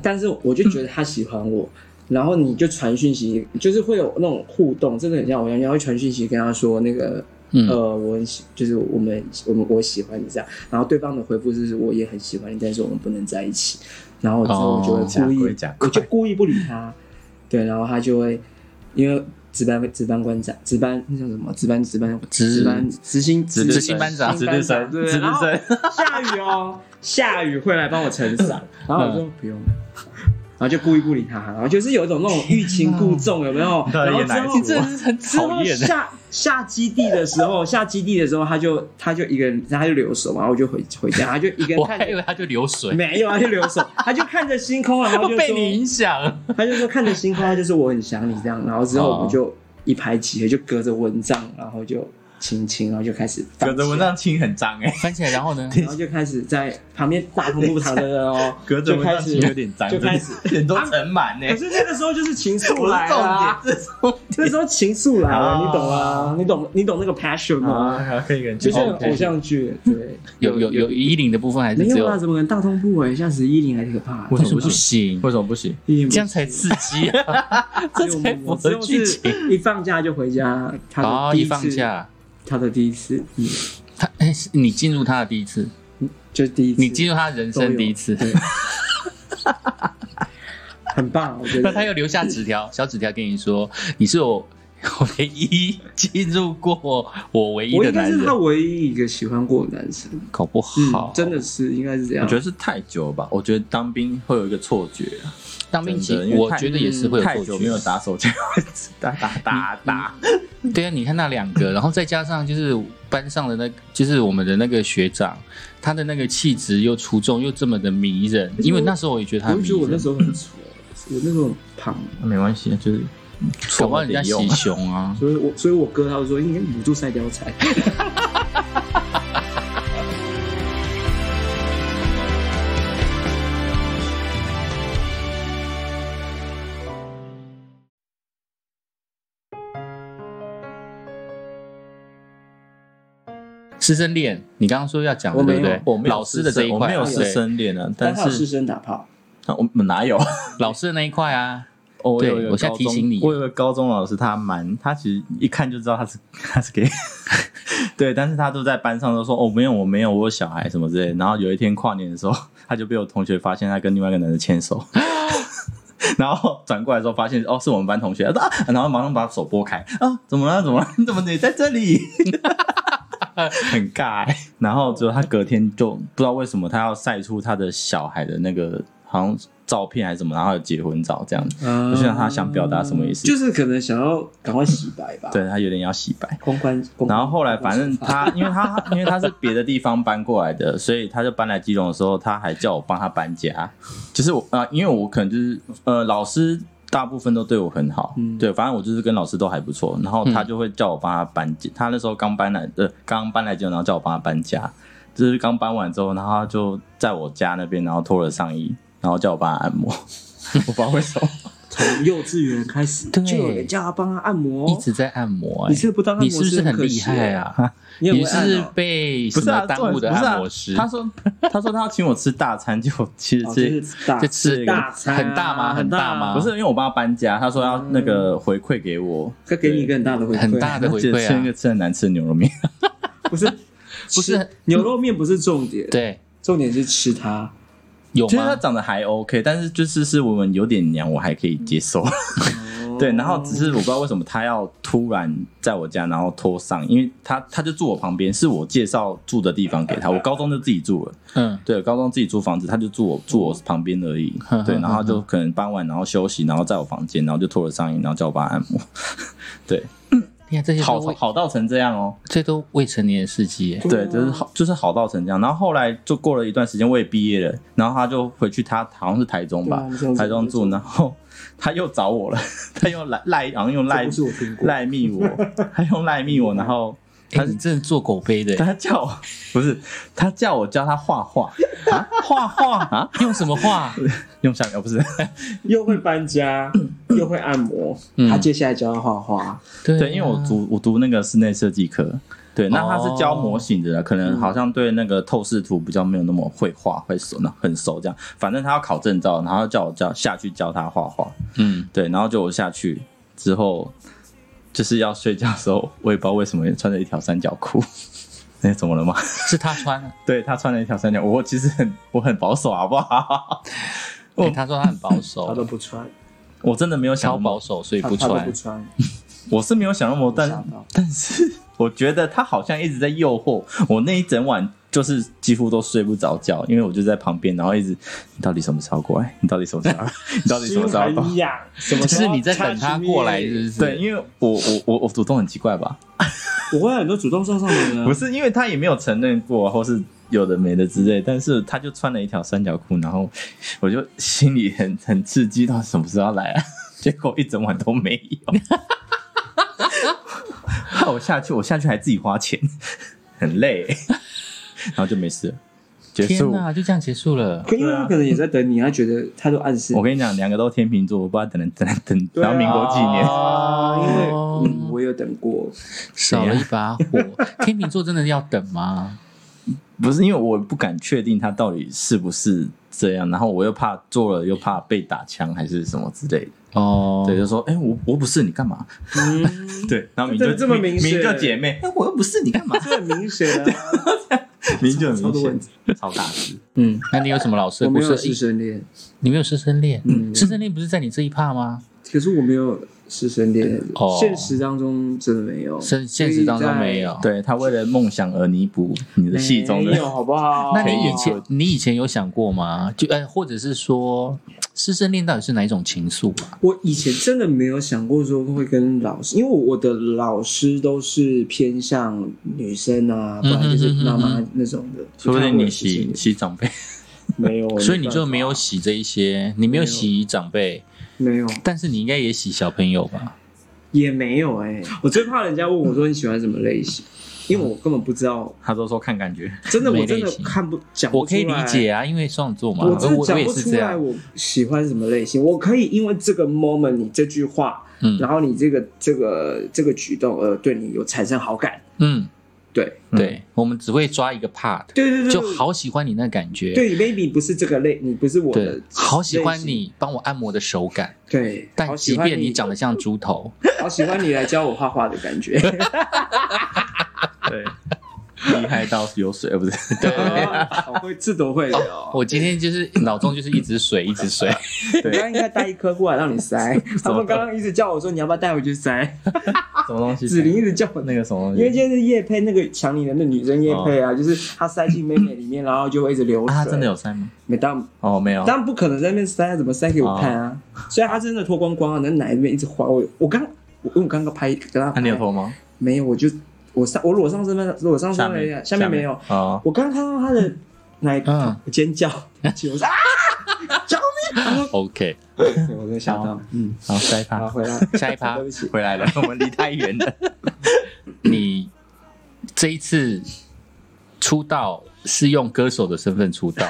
Speaker 3: 但是我就觉得他喜欢我，然后你就传讯息，就是会有那种互动，真的很像我一样，你会传讯息跟他说那个，
Speaker 1: 嗯
Speaker 3: 呃，我很喜，就是我们我们我喜欢你这样，然后对方的回复就是我也很喜欢你，但是我们不能在一起，然后之后我就
Speaker 1: 哦
Speaker 3: 会故意，
Speaker 2: 假鬼假鬼
Speaker 3: 我就故意不理他，对，然后他就会因为。值班值班官长，值班那叫什么？值班值班
Speaker 1: 值
Speaker 3: 值班执行执
Speaker 1: 执行班长
Speaker 2: 值日生，
Speaker 3: 对
Speaker 2: 值日
Speaker 3: 然后
Speaker 2: 生，
Speaker 3: 下雨哦，下雨会来帮我撑
Speaker 1: (laughs)
Speaker 3: 伞，然后我说不用了。然后就故意不理他，然后就是有一种那种欲擒故纵，有没有？
Speaker 1: 嗯
Speaker 2: 到底
Speaker 3: 然后
Speaker 2: 演哪
Speaker 3: 之
Speaker 2: 一
Speaker 3: 后
Speaker 2: 出
Speaker 1: 这是很
Speaker 3: 之
Speaker 1: 讨
Speaker 3: 后
Speaker 1: 厌的。
Speaker 3: 下下基地的
Speaker 2: (laughs)
Speaker 3: 时候，下基地的时候，他就他就一个人，他就留守嘛，然后我就回回家，他就一个人
Speaker 1: 我
Speaker 3: 看
Speaker 1: 还以
Speaker 3: 着，
Speaker 1: 为他就流水，
Speaker 3: 没有，他就留
Speaker 2: (laughs)
Speaker 3: 守，他就看着星空，啊然后就
Speaker 1: 被你
Speaker 3: 说，
Speaker 1: 影响。
Speaker 3: 他就说看着星空，他就说我很想你这样，然后之
Speaker 2: 哦
Speaker 3: 后我们就一拍即合，就隔着蚊帐，然后就亲亲，然后就开始放
Speaker 2: 隔着
Speaker 3: 起来
Speaker 2: 蚊帐亲很脏哎，
Speaker 1: 翻起来，然后呢？
Speaker 3: 然后就开始在旁边大瀑布躺着人哦，
Speaker 2: (laughs) 隔着
Speaker 3: 就
Speaker 2: 蚊
Speaker 3: 开
Speaker 2: 帐
Speaker 3: 始
Speaker 2: 亲有点脏，
Speaker 3: 就开始。
Speaker 2: (laughs) 脸都尘螨
Speaker 3: 可
Speaker 2: 哎。
Speaker 3: 是那个时候就是情
Speaker 2: (laughs) 我
Speaker 3: 愫
Speaker 2: 是
Speaker 3: 来了啊，
Speaker 2: 重点，这是重
Speaker 3: 那时候情愫来了，
Speaker 2: 啊
Speaker 3: 你懂
Speaker 2: (laughs)
Speaker 3: 啊？你懂你懂那个 passion
Speaker 2: 点
Speaker 3: 吗？
Speaker 2: (laughs) 啊，可以跟
Speaker 3: 就像
Speaker 2: OK
Speaker 3: 偶像剧，对，
Speaker 1: 哦有有有衣领的部分还是
Speaker 3: 没
Speaker 1: 只
Speaker 3: 有啊？
Speaker 1: 有？
Speaker 3: 怎么可能大通铺哎？像十一零还是可怕的，
Speaker 1: 为什么不行？
Speaker 2: 为什么不行？
Speaker 3: 一零不
Speaker 1: 这样才刺激啊！这才符
Speaker 3: 我
Speaker 1: 合剧情。
Speaker 3: 一放假就回家，他
Speaker 1: 哦，
Speaker 3: 的第
Speaker 1: 一
Speaker 3: 一
Speaker 1: 放
Speaker 3: 次，
Speaker 1: 假，
Speaker 3: 他的第一次，嗯，
Speaker 1: 他哎，是你进入他的第一次，
Speaker 3: 就是第一次，
Speaker 1: 你进入他人生第一次，
Speaker 3: 对， (laughs) 很棒，我觉
Speaker 1: 那
Speaker 3: 得
Speaker 1: 他又留下纸条，小纸条跟你说，你是我 (laughs) 我唯一进入过我唯一
Speaker 3: 我
Speaker 1: 的
Speaker 3: 应该
Speaker 1: 男
Speaker 3: 是
Speaker 1: 人
Speaker 3: 他，唯一一个喜欢过的男生。
Speaker 1: 搞不好
Speaker 3: 嗯，真的是应该是这样。
Speaker 2: 我觉得是太久了吧，我觉得当兵会有一个错觉啊，
Speaker 1: 当兵期
Speaker 2: 真的因为
Speaker 1: 我
Speaker 2: 太
Speaker 1: 觉得也是会
Speaker 2: 太
Speaker 1: 有
Speaker 2: 久
Speaker 1: 错
Speaker 2: 没有
Speaker 1: 觉。
Speaker 2: 打手枪，打打打打，
Speaker 1: 对啊，你看那两个，然后再加上就是班上的那个，就是我们的那个学长，他的那个气质又出众又这么的迷人，
Speaker 3: 是
Speaker 1: 因为
Speaker 3: 我
Speaker 1: 那时候我也觉得他
Speaker 3: 我
Speaker 1: 很
Speaker 3: 就
Speaker 1: 迷
Speaker 3: 觉得我那
Speaker 1: 人，
Speaker 3: 时候很丑，我那时候很胖，
Speaker 2: (laughs) 没关系，就是
Speaker 1: 搞
Speaker 2: 错
Speaker 1: 不好
Speaker 2: 了
Speaker 1: 人家
Speaker 2: 得
Speaker 1: 喜
Speaker 2: 用。
Speaker 1: 熊啊。
Speaker 3: 所以我所以我哥他就说应该母猪赛貂蝉。
Speaker 1: 师生恋，你刚刚说要讲的
Speaker 3: 我没
Speaker 1: 对
Speaker 3: 有
Speaker 1: 不对？
Speaker 2: 我没有
Speaker 1: 老师的这一块，
Speaker 2: 我没有
Speaker 1: 对
Speaker 2: 师生恋啊，
Speaker 3: 但
Speaker 2: 但
Speaker 3: 他有师
Speaker 2: 是
Speaker 3: 生打炮，
Speaker 2: 啊我们哪有？
Speaker 1: 老师的那一块啊，
Speaker 2: 哦我
Speaker 1: 对
Speaker 2: 有一个
Speaker 1: 我现在
Speaker 2: 高
Speaker 1: 提
Speaker 2: 中
Speaker 1: 醒你
Speaker 2: 我有个高中老师，他蛮 (laughs) 他其实一看就知道他是 (laughs) 他是 gay，对，但是他都在班上都说哦没有我没有我有小孩什么之类的。然后有一天跨年的时候， (laughs) 他就被我同学发现他跟另外一个男的牵手， (laughs) 然后转过来的时候发现哦是我们班同学，他说啊然后马上把手拨开啊怎么了怎 (laughs) 么了你怎么也在这里？ (laughs) 很尬、欸，然后之后他隔天就不知道为什么他要晒出他的小孩的那个好像照片还是什么，然后还有结婚照这样子，
Speaker 3: 我
Speaker 2: 我想他想表达什么意思
Speaker 3: 就是可能想要赶快洗白吧。，
Speaker 2: 对他有点要洗白。
Speaker 3: 公关。公关
Speaker 2: 然后后来反正他，因为他因为他是别的地方搬过来的，所以他就搬来基隆的时候，他还叫我帮他搬家，就是我啊、因为我可能就是呃老师。大部分都对我很好，
Speaker 3: 嗯
Speaker 2: 对，反正我就是跟老师都还不错，然后他就会叫我帮他搬家。他那时候刚搬来，呃，刚搬来基隆，然后叫我帮他搬家，就是刚搬完之后，然后他就在我家那边，然后脱了上衣，然后叫我帮他按摩。我不知道为什么，
Speaker 3: 从幼稚园开始，
Speaker 1: 对
Speaker 3: 就有人叫他帮他按摩，啊
Speaker 1: 一直在按摩、哎
Speaker 3: 哦你是不当按摩
Speaker 1: 你是不是
Speaker 3: 师
Speaker 1: 很
Speaker 3: 很可
Speaker 1: 厉
Speaker 3: 惜
Speaker 1: 害 (laughs) 啊？
Speaker 3: 你也
Speaker 1: 你
Speaker 3: 会
Speaker 1: 是
Speaker 3: 按
Speaker 1: 不是
Speaker 3: 哦
Speaker 1: 被
Speaker 2: 不
Speaker 1: 什
Speaker 2: 是
Speaker 1: 么
Speaker 2: 啊，
Speaker 1: 耽
Speaker 2: 重
Speaker 1: 误的
Speaker 2: 点不是啊
Speaker 1: 按摩师？
Speaker 2: 他说他说他要请我吃大餐，就其实
Speaker 3: 哦
Speaker 2: 是、
Speaker 3: 就是大
Speaker 1: 这吃
Speaker 3: 大餐啊
Speaker 1: 很大吗
Speaker 3: 很
Speaker 1: 很大吗
Speaker 2: 不是因为我帮他搬家，他说要那个
Speaker 3: 嗯
Speaker 2: 回馈给我，
Speaker 3: 他给你一个很大的回馈，
Speaker 1: 很大的
Speaker 2: 他
Speaker 1: 回
Speaker 2: 记得
Speaker 1: 馈
Speaker 2: 吃那
Speaker 1: 啊
Speaker 2: 个！吃很难吃的牛肉面，
Speaker 3: 不是不
Speaker 1: 是
Speaker 3: 牛肉面不是重点，
Speaker 1: 对，
Speaker 3: 重点是吃它。
Speaker 1: 有
Speaker 2: 其实他
Speaker 1: 吗？
Speaker 2: 长得还 OK，但是就是是我们有点娘，我还可以接受。
Speaker 3: 哦
Speaker 2: (laughs) 对，然后只是我不知道为什么他要突然在我家，然后拖上，因为他他就住我旁边，是我介绍住的地方给
Speaker 3: (laughs)
Speaker 2: 他，我高中就自己住了。
Speaker 1: 嗯，
Speaker 2: 对，高中自己租房子，他就住我住
Speaker 3: 哦
Speaker 2: 我旁边而
Speaker 3: (laughs)
Speaker 2: 已
Speaker 1: 嗯。
Speaker 2: 对，
Speaker 1: 嗯
Speaker 2: 然后他就可能傍晚然后休息，然后在我房间，然后就脱了上衣，然后叫我帮他按摩。 (laughs) 对，
Speaker 1: 你看这些都
Speaker 2: 好
Speaker 1: 未
Speaker 2: 好到成这样哦。
Speaker 1: 这都未成年的司机、哎
Speaker 3: 啊
Speaker 2: 对，就是好，就是好到成这样。然后后来就过了一段时间，我也毕业了，然后他就回去他，好像是台中吧，
Speaker 3: 对啊
Speaker 2: 台中住，然后他又找我了，他又来赖，好像用
Speaker 3: 这
Speaker 2: 赖
Speaker 3: 不是我听过
Speaker 2: 赖密我，他用赖密我，然后
Speaker 1: 他是哎真的做狗杯的，
Speaker 2: 他叫我不是，他叫我教他画画，
Speaker 1: 画画啊，用什么画？
Speaker 2: 用橡胶不是？
Speaker 3: 又会搬家，又会按摩，他接下来就要画画。
Speaker 1: 啊
Speaker 2: 对，因为我读我读那个室内设计科，对，那他是教模型的，可能好像对那个透视图比较没有那么会画，会熟，那很熟这样。反正他要考证照，然后叫我教下去教他画画，
Speaker 1: 嗯，
Speaker 2: 对，然后就我下去之后，就是要睡觉的时候，我也不知道为什么穿着一条三角裤。 (laughs) 那、怎么了吗？ (laughs)
Speaker 1: 是他穿的。
Speaker 2: 对他穿了一条三角，我其实很我很保守，好不好？ (laughs)
Speaker 1: 哎他说他很保
Speaker 3: 他
Speaker 1: 守，
Speaker 3: 都不穿，
Speaker 2: 我真的没有想
Speaker 1: 超
Speaker 2: 那么
Speaker 1: 保守，所以
Speaker 3: 他
Speaker 1: 不
Speaker 3: 他都
Speaker 1: 穿
Speaker 3: 不。穿，
Speaker 2: 我是没有想那么多，
Speaker 3: 吓
Speaker 2: 但
Speaker 3: 到
Speaker 2: 但是我觉得他好像一直在诱惑我，那一整晚就是几乎都睡不着觉，因为我就在旁边，然后一直你到底什么时候过来？你到底什么时候？你到底什么时候要
Speaker 3: 心
Speaker 2: 过来？
Speaker 3: 很痒，什么时候
Speaker 1: (laughs) 是你在等他过来，是不
Speaker 3: touch
Speaker 1: 是？
Speaker 2: 对，，因为我我我我主动很奇怪吧？
Speaker 3: me？我会很多主动上上门啊
Speaker 2: 不，是，因为他也没有承认过，或是有的没的之类，但是他就穿了一条三角裤，然后我就心里很很刺激，到底什么时候要来啊？ (laughs) 结果一整晚都没有，害我下去，我下去还自己花钱，很累，然后就没事了，结
Speaker 1: 天
Speaker 2: 束。
Speaker 1: 哪，就这样结束了。
Speaker 3: 可因为他可能也在等你，他觉得他都暗示
Speaker 2: 我跟你讲，两个都天秤座，我不知道等等等等
Speaker 3: 对啊
Speaker 2: 到民国几年，
Speaker 3: 啊，因为
Speaker 1: 哦
Speaker 3: 嗯，我有等过，
Speaker 1: 少了一把火。天秤座真的要等吗？
Speaker 2: 不是因为我不敢确定他到底是不是这样，然后我又怕做了又怕被打枪还是什么之类的。
Speaker 1: 哦，
Speaker 2: 对，就说哎、我我不是你干嘛？
Speaker 3: 嗯，
Speaker 2: (laughs) 对，然后明
Speaker 3: 这
Speaker 2: 就
Speaker 3: 这么明显
Speaker 2: 明就姐妹，哎、我又不是你干嘛？
Speaker 3: 这很明显啊， (laughs)
Speaker 2: 明就很
Speaker 3: 超多
Speaker 2: 明
Speaker 3: 问
Speaker 2: 显
Speaker 3: 题，哦
Speaker 2: 超大只。
Speaker 1: 嗯，那你有什么老师
Speaker 3: 我
Speaker 1: 的
Speaker 3: 没
Speaker 1: 故
Speaker 3: 有师
Speaker 1: 事？
Speaker 3: 生恋，
Speaker 1: 你没有师生恋，
Speaker 3: 嗯
Speaker 1: 师生恋不是在你这一趴吗？
Speaker 3: 可是我没有师生恋
Speaker 1: 哦，
Speaker 3: 现实当中真的没有，
Speaker 1: 现现实当中没有。，
Speaker 2: 对他为了梦想而弥补你的
Speaker 3: 所以在，
Speaker 2: 戏中
Speaker 3: 没有
Speaker 2: 的，
Speaker 3: 好不好？
Speaker 1: 那你以前你以前有想过吗？就呃，或者是说，师生恋到底是哪一种情愫啊？
Speaker 3: 我以前真的没有想过说会跟老师，因为我的老师都是偏向女生啊，不
Speaker 1: 嗯
Speaker 3: 然就是
Speaker 1: 嗯嗯嗯
Speaker 3: 妈妈那种的。
Speaker 2: (laughs) 说不定你
Speaker 3: 喜
Speaker 2: 洗洗长辈，
Speaker 3: 没有，
Speaker 1: 所以你就
Speaker 3: 办法
Speaker 1: 没有洗这一些，你没有
Speaker 3: 没有
Speaker 1: 洗长辈，
Speaker 3: 没有
Speaker 1: 但是你应该也洗小朋友吧？
Speaker 3: 也没有哎、我最怕人家问我说你喜欢什么类型，因为我根本不知道，
Speaker 2: 他都说看感
Speaker 3: (laughs)
Speaker 2: 觉。
Speaker 3: 真的
Speaker 1: 没
Speaker 3: 我真
Speaker 1: 类
Speaker 3: 的
Speaker 1: 型
Speaker 3: 看不讲不
Speaker 1: 我
Speaker 3: 出
Speaker 1: 可以
Speaker 3: 来。
Speaker 1: 理解啊，因为双子座嘛，
Speaker 3: 我真的
Speaker 1: 我
Speaker 3: 讲
Speaker 1: 也
Speaker 3: 不
Speaker 1: 是
Speaker 3: 出
Speaker 1: 这
Speaker 3: 来
Speaker 1: 样。
Speaker 3: 我喜欢什么类型，我可以因为这个 moment 你这句话，
Speaker 1: 嗯
Speaker 3: 然后你这个这个这个举动，呃，对你有产生好感，
Speaker 1: 嗯，
Speaker 3: 对
Speaker 1: 对，我们只会抓一个 part，
Speaker 3: 对对对，
Speaker 1: 就
Speaker 3: 对
Speaker 1: 好喜欢你那感觉。
Speaker 3: 对，maybe 不是这个类，你不是我的
Speaker 1: 对
Speaker 3: 类，型，
Speaker 1: 好喜欢你帮我按摩的手感，
Speaker 3: 对，
Speaker 1: 但
Speaker 3: 好
Speaker 1: 即
Speaker 3: 喜欢
Speaker 1: 便你长得像猪头，
Speaker 3: 好喜欢你来教我画画的感觉，
Speaker 2: 对， (laughs) 厉害到有水，呃不是？
Speaker 3: (laughs) 好会自动会哦聊。
Speaker 1: 我今天就是脑中就是一直水，一直水。
Speaker 3: 我刚刚应该带一颗过来让你
Speaker 1: (laughs)
Speaker 3: 塞，他们刚刚一直叫我说你要不要带回去塞，
Speaker 2: 什么东西？
Speaker 3: 子琳一直叫我那
Speaker 2: 那
Speaker 3: 个。
Speaker 2: 个什么东
Speaker 3: 因为
Speaker 2: 西？
Speaker 3: 今天是叶佩那个强尼的那女生叶佩啊，就是她塞进妹妹里面，然后就会一直流水。
Speaker 2: 哦啊，他真的有塞吗？
Speaker 3: 没当
Speaker 2: 哦，没有。
Speaker 3: 当然不可能在那边塞，怎么塞给我看啊？
Speaker 2: 哦
Speaker 3: (laughs) 所以她真的脱光光啊，那奶那边一直滑。我我刚我我刚刚拍跟她
Speaker 2: 那
Speaker 3: 拍，
Speaker 2: 啊你有脱吗？
Speaker 3: 没有，我就我上我裸上身份，裸上
Speaker 2: 下
Speaker 3: 身份而已啊，
Speaker 2: 面
Speaker 3: 下面没有。
Speaker 2: 哦，
Speaker 3: 我刚看到他的那一
Speaker 1: 嗯
Speaker 2: (laughs)
Speaker 3: 尖叫，我说啊，救命！然后
Speaker 1: OK，
Speaker 3: 我真的
Speaker 2: 哦
Speaker 3: 吓到，嗯，
Speaker 2: 然后塞
Speaker 3: 好
Speaker 2: 他
Speaker 3: 回来，
Speaker 1: 下一趴
Speaker 3: 对不起，
Speaker 2: 回来了，我们离太远
Speaker 3: (laughs)
Speaker 2: 了。
Speaker 1: 你这一次出道是用歌手的身份
Speaker 3: (laughs)
Speaker 1: 出道，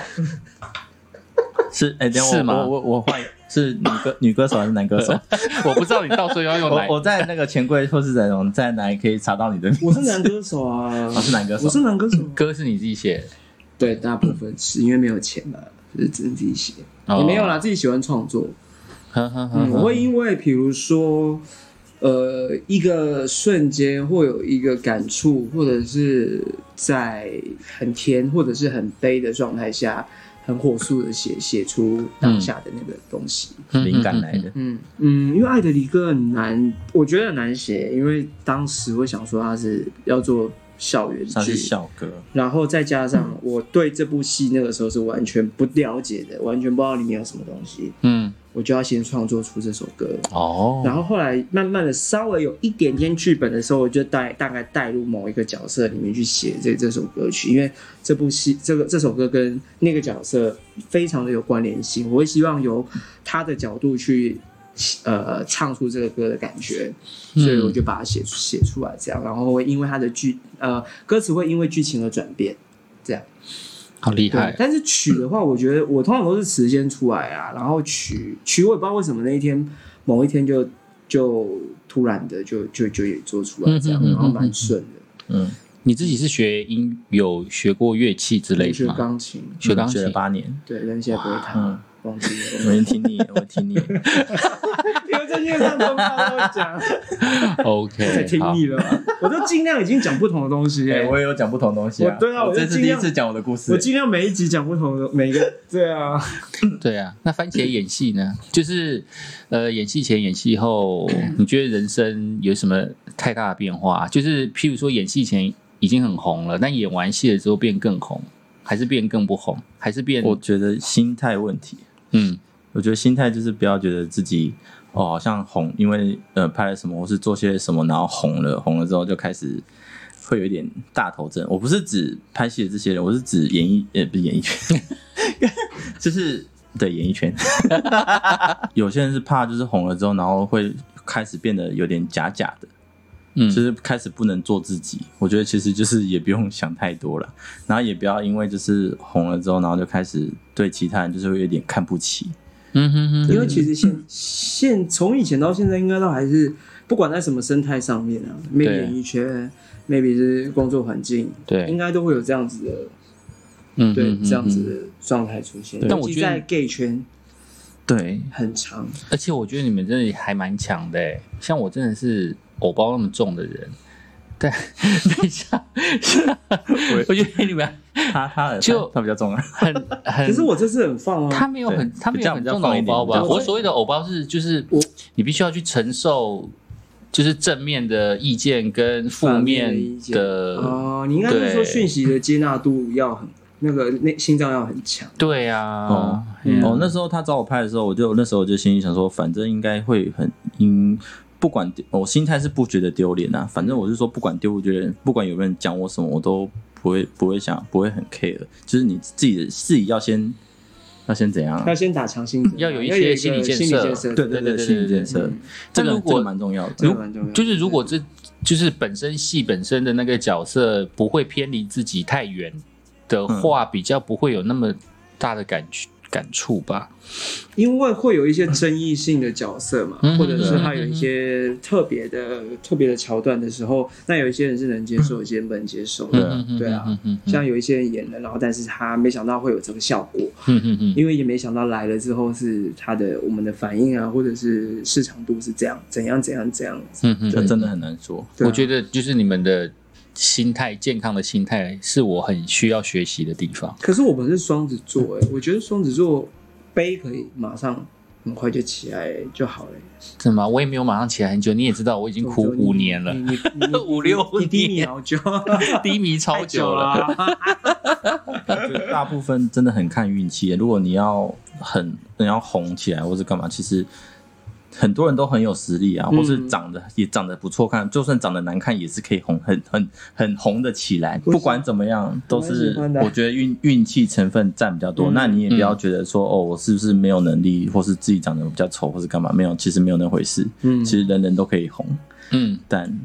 Speaker 2: 是哎，等一下
Speaker 1: 是吗
Speaker 2: 我我我我换是女歌女歌手还是男
Speaker 3: (laughs)
Speaker 2: 歌手？
Speaker 1: 我不知道你到时候要用哪
Speaker 2: 我。我在那个钱柜或是在种在哪里可以查到你的名字？
Speaker 3: 我是男歌手啊，
Speaker 2: 我 (laughs) 是男歌手
Speaker 3: 我是男歌手，
Speaker 1: 歌是你自己写的，
Speaker 3: 对，大部分是因为没有钱嘛，就是只能自己写，
Speaker 1: 哦
Speaker 3: 也没有啦，自己喜欢创作，
Speaker 1: 呵呵呵
Speaker 3: 嗯，
Speaker 1: 呵
Speaker 3: 我会因为比如说。呃，一个瞬间或有一个感触，或者是在很甜或者是很悲的状态下，很火速的写写出当下的那个东西。
Speaker 2: 灵感来。的。
Speaker 3: 嗯嗯，因为《爱的离歌》很难，我觉得很难写，因为当时我想说它是要做校园
Speaker 2: 他
Speaker 3: 剧
Speaker 2: 是，校歌，
Speaker 3: 然后再加上我对这部戏那个时候是完全不了解的，完全不知道里面有什么东西，
Speaker 1: 嗯，
Speaker 3: 我就要先创作出这首歌。
Speaker 1: 哦，
Speaker 3: 然后后来慢慢的稍微有一点点剧本的时候，我就带大概带入某一个角色里面去写这这首歌曲，因为这部戏这个这首歌跟那个角色非常的有关联性，我会希望由他的角度去呃唱出这个歌的感觉，所以我就把它写写出来，这样，然后会因为它的剧呃歌词会因为剧情而转变，这样。
Speaker 1: 好厉
Speaker 3: 对
Speaker 1: 害，，
Speaker 3: 但是曲的话，我觉得我通常都是词先出来啊，然后曲曲我也不知道为什么那一天某一天就就突然的就就就也做出来这
Speaker 1: 嗯
Speaker 3: 样，
Speaker 1: 哼嗯哼
Speaker 3: 然后蛮顺的。
Speaker 2: 嗯，
Speaker 1: 你自己是学音有学过乐器之类
Speaker 3: 我学
Speaker 1: 的吗？
Speaker 3: 钢琴，
Speaker 1: 学钢
Speaker 2: 学
Speaker 1: 琴
Speaker 2: 了，八年，
Speaker 3: 对，但现在不会弹
Speaker 2: 嗯，
Speaker 3: 忘记了。
Speaker 2: 我先听你，我听你，
Speaker 3: (laughs) 因为最近上通告都讲，太
Speaker 1: OK，
Speaker 3: 听
Speaker 1: 好，
Speaker 3: 腻了嘛，我都尽量已经讲不同的东西耶、
Speaker 2: 哎，我也有讲不同东西啊
Speaker 3: 我，对啊我
Speaker 2: 我这
Speaker 3: 就是尽
Speaker 2: 第一
Speaker 3: 量
Speaker 2: 次讲我的故事
Speaker 3: 我，尽量每一集讲不同的每个，对啊，
Speaker 1: 对啊，那番茄演戏呢？就是呃，演戏前、演戏后，你觉得人生有什么太大的变化？就是譬如说，演戏前已经很红了，但演完戏了之后变更红，还是变更不红，还是变
Speaker 2: 我觉得心态问题，
Speaker 1: 嗯
Speaker 2: 我觉得心态就是不要觉得自己哦，好像红，因为呃拍了什么或是做些什么，然后红了，红了之后就开始会有一点大头症。我不是指拍戏的这些人，我是指演艺呃不是演
Speaker 1: (laughs)
Speaker 2: 艺圈，就是对演艺圈，有些人是怕就是红了之后，然后会开始变得有点假假的。
Speaker 1: 嗯，
Speaker 2: 就是开始不能做自己。我觉得其实就是也不用想太多了，然后也不要因为就是红了之后，然后就开始对其他人就是会有点看不起。
Speaker 1: 嗯哼哼，
Speaker 3: 因为其实
Speaker 1: 嗯
Speaker 3: 现现从以前到现在，应该都还是不管在什么生态上面啊，maybe
Speaker 1: 对
Speaker 3: 演艺圈，maybe 是工作环境，应
Speaker 1: 对，
Speaker 3: 该都会有这样子的
Speaker 1: 嗯
Speaker 3: 对
Speaker 1: 嗯嗯
Speaker 3: 这样子的状态出现。
Speaker 1: 对但我
Speaker 3: 尤其
Speaker 1: 觉得
Speaker 3: 在 gay 圈
Speaker 2: 对，
Speaker 3: 很长，
Speaker 1: 而且我觉得你们真的还蛮强的、欸，像我真的是偶包那么重的人，但 (laughs) 等一下，我觉得你们
Speaker 2: 他他
Speaker 1: 就
Speaker 2: 他他比较重啊。
Speaker 1: 很很，
Speaker 3: 可是我这次很放
Speaker 1: 他
Speaker 3: 啊，
Speaker 1: 没有很
Speaker 2: 对
Speaker 1: 他没有很重的
Speaker 2: 这样
Speaker 1: 偶
Speaker 2: 比较
Speaker 1: 包
Speaker 2: 放一
Speaker 1: 吧？
Speaker 2: 点
Speaker 1: 我所谓的偶包是就是
Speaker 3: 我
Speaker 1: 你必须要去承受，就是正面的意见跟负
Speaker 3: 反面的意
Speaker 1: 面
Speaker 3: 见
Speaker 1: 的，
Speaker 3: 哦，你应该是说
Speaker 1: 对
Speaker 3: 讯息的接纳度要很那个内心脏要很强，
Speaker 1: 对啊，
Speaker 2: 哦
Speaker 1: 嗯
Speaker 2: 哦，那时候他找我拍的时候，我就那时候我就心里想说，反正应该会很因。不管丢我心态是不觉得丢脸啊，反正我是说，不管丢不丢脸，不管有没有人讲我什么，我都不会不会想不会很 care。就是你自己的自己要先要先怎样啊、
Speaker 3: 要先打强心针，
Speaker 1: 要有一
Speaker 3: 要
Speaker 1: 些
Speaker 3: 个
Speaker 1: 心
Speaker 3: 心
Speaker 1: 理建设
Speaker 3: 设，
Speaker 2: 对对
Speaker 1: 对
Speaker 2: 对，
Speaker 1: 对
Speaker 2: 心理
Speaker 1: 对
Speaker 2: 建设
Speaker 3: 嗯，
Speaker 2: 这
Speaker 1: 但
Speaker 2: 个
Speaker 1: 如果
Speaker 2: 这个蛮重要的。
Speaker 3: 这个
Speaker 1: 如
Speaker 3: 蛮重要的。
Speaker 1: 就是如果这就是本身戏本身的那个角色不会偏离自己太远的
Speaker 3: 嗯
Speaker 1: 话，比较不会有那么大的感觉感触吧。
Speaker 3: 因为会有一些争议性的角色嘛，
Speaker 1: 嗯
Speaker 3: 或者是他有一些特别的、特别的桥段的时候，那有一些人是能接受，有些人不能接受
Speaker 2: 对
Speaker 3: 的。
Speaker 2: 啊
Speaker 3: 对啊
Speaker 1: 嗯嗯嗯
Speaker 3: 像有一些人演了，然后但是他没想到会有这个效果，
Speaker 1: 嗯嗯嗯嗯
Speaker 3: 因为也没想到来了之后是他的我们的反应啊，或者是市场度是这样，怎样怎样怎样。
Speaker 1: 嗯嗯
Speaker 2: 这
Speaker 1: 嗯，
Speaker 2: 真的很难说。
Speaker 3: 对啊
Speaker 1: 我觉得就是你们的心态，健康的心态是我很需要学习的地方。
Speaker 3: 可是我们是双子座、哎，我觉得双子座悲可以马上很快就起来就好了、
Speaker 1: 怎么？我也没有马上起来很久，你也知道我已经苦五年了，
Speaker 3: 你你你
Speaker 1: 五六
Speaker 3: 你低迷
Speaker 1: 年
Speaker 3: 好久，
Speaker 1: 低迷超
Speaker 3: 太久
Speaker 1: 久了。
Speaker 3: 啊。
Speaker 2: 大部分真的很看运气。如果你要很你要红起来或是干嘛，其实很多人都很有实力啊，
Speaker 3: 嗯
Speaker 2: 或是长得也长得不错看，就算长得难看也是可以红，很很很红的起来。
Speaker 3: 我喜
Speaker 2: 不管怎么样，都
Speaker 3: 蛮
Speaker 2: 是
Speaker 3: 喜欢的
Speaker 2: 我觉得运运气成分占比较多。
Speaker 3: 嗯
Speaker 2: 那你也不要觉得说哦，我是不是没有能力，或是自己长得比较丑，或是干嘛？没有，其实没有那回事。
Speaker 3: 嗯
Speaker 2: 其实人人都可以红。
Speaker 1: 嗯，
Speaker 2: 但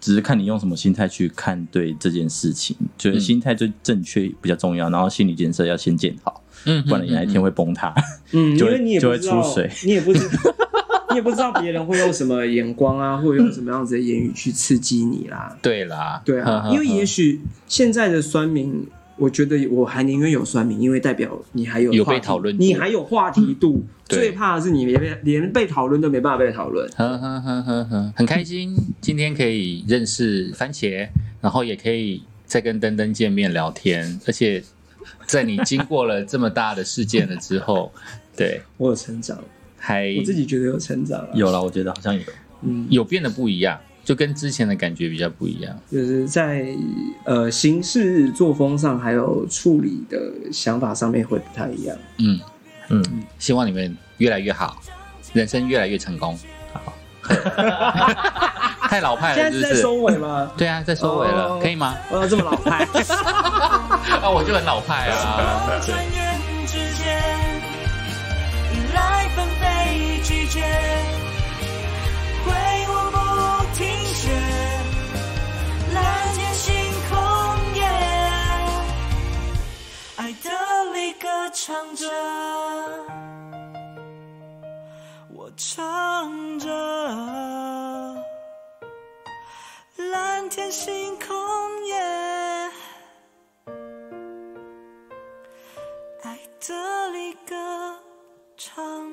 Speaker 2: 只是看你用什么心态去看对这件事情，
Speaker 1: 嗯
Speaker 2: 觉得心态最正确比较重要，然后心理建设要先建好，
Speaker 1: 嗯，
Speaker 2: 不然你哪一天会崩塌。 (laughs)
Speaker 3: 嗯，因
Speaker 2: 就
Speaker 3: 为
Speaker 2: 会
Speaker 3: 你也不
Speaker 2: 就会
Speaker 3: 知道，
Speaker 2: 出水
Speaker 3: 你也不知， (laughs) 你也不知道别人会用什么眼光啊，或者用什么样子的言语去刺激你啦。
Speaker 1: 对啦，
Speaker 3: 对
Speaker 1: 呵
Speaker 3: 啊，
Speaker 1: 呵
Speaker 3: 因为也许现在的酸民，我觉得我还宁愿有酸民，因为代表你还有
Speaker 1: 有
Speaker 3: 话
Speaker 1: 被
Speaker 3: 题
Speaker 1: 讨论度
Speaker 3: 你还有话题度。
Speaker 1: 对
Speaker 3: 最怕的是你连被连被讨论都没办法被讨论。
Speaker 1: 呵呵呵呵呵，很开心今天可以认识番茄，然后也可以再跟登登见面聊天，而且在你经过了这么大的事件了之后，对，
Speaker 3: 我有成长，
Speaker 1: 还
Speaker 3: 我自己觉得有成长啊。
Speaker 2: 有了，我觉得好像有。
Speaker 3: 嗯，
Speaker 1: 有变得不一样，就跟之前的感觉比较不一样。
Speaker 3: 就是在呃行事作风上，还有处理的想法上面会不太一样。
Speaker 1: 嗯，
Speaker 2: 嗯，
Speaker 1: 希望你们越来越好，人生越来越成功。好， (laughs) 太老派了，
Speaker 3: 现在
Speaker 1: 是
Speaker 3: 是
Speaker 1: 不
Speaker 3: 在
Speaker 1: 是？
Speaker 3: 收尾吗？ (laughs)
Speaker 1: 对啊，在收尾了，
Speaker 3: 哦
Speaker 1: 可以吗？
Speaker 3: 哇，这么老派。
Speaker 1: 啊，我就很老派啊。
Speaker 4: 穿越之间，迎来纷飞聚觉，挥舞不停歇，蓝天星空夜，爱的离歌唱着，我唱着，蓝天星空夜。爱的离歌唱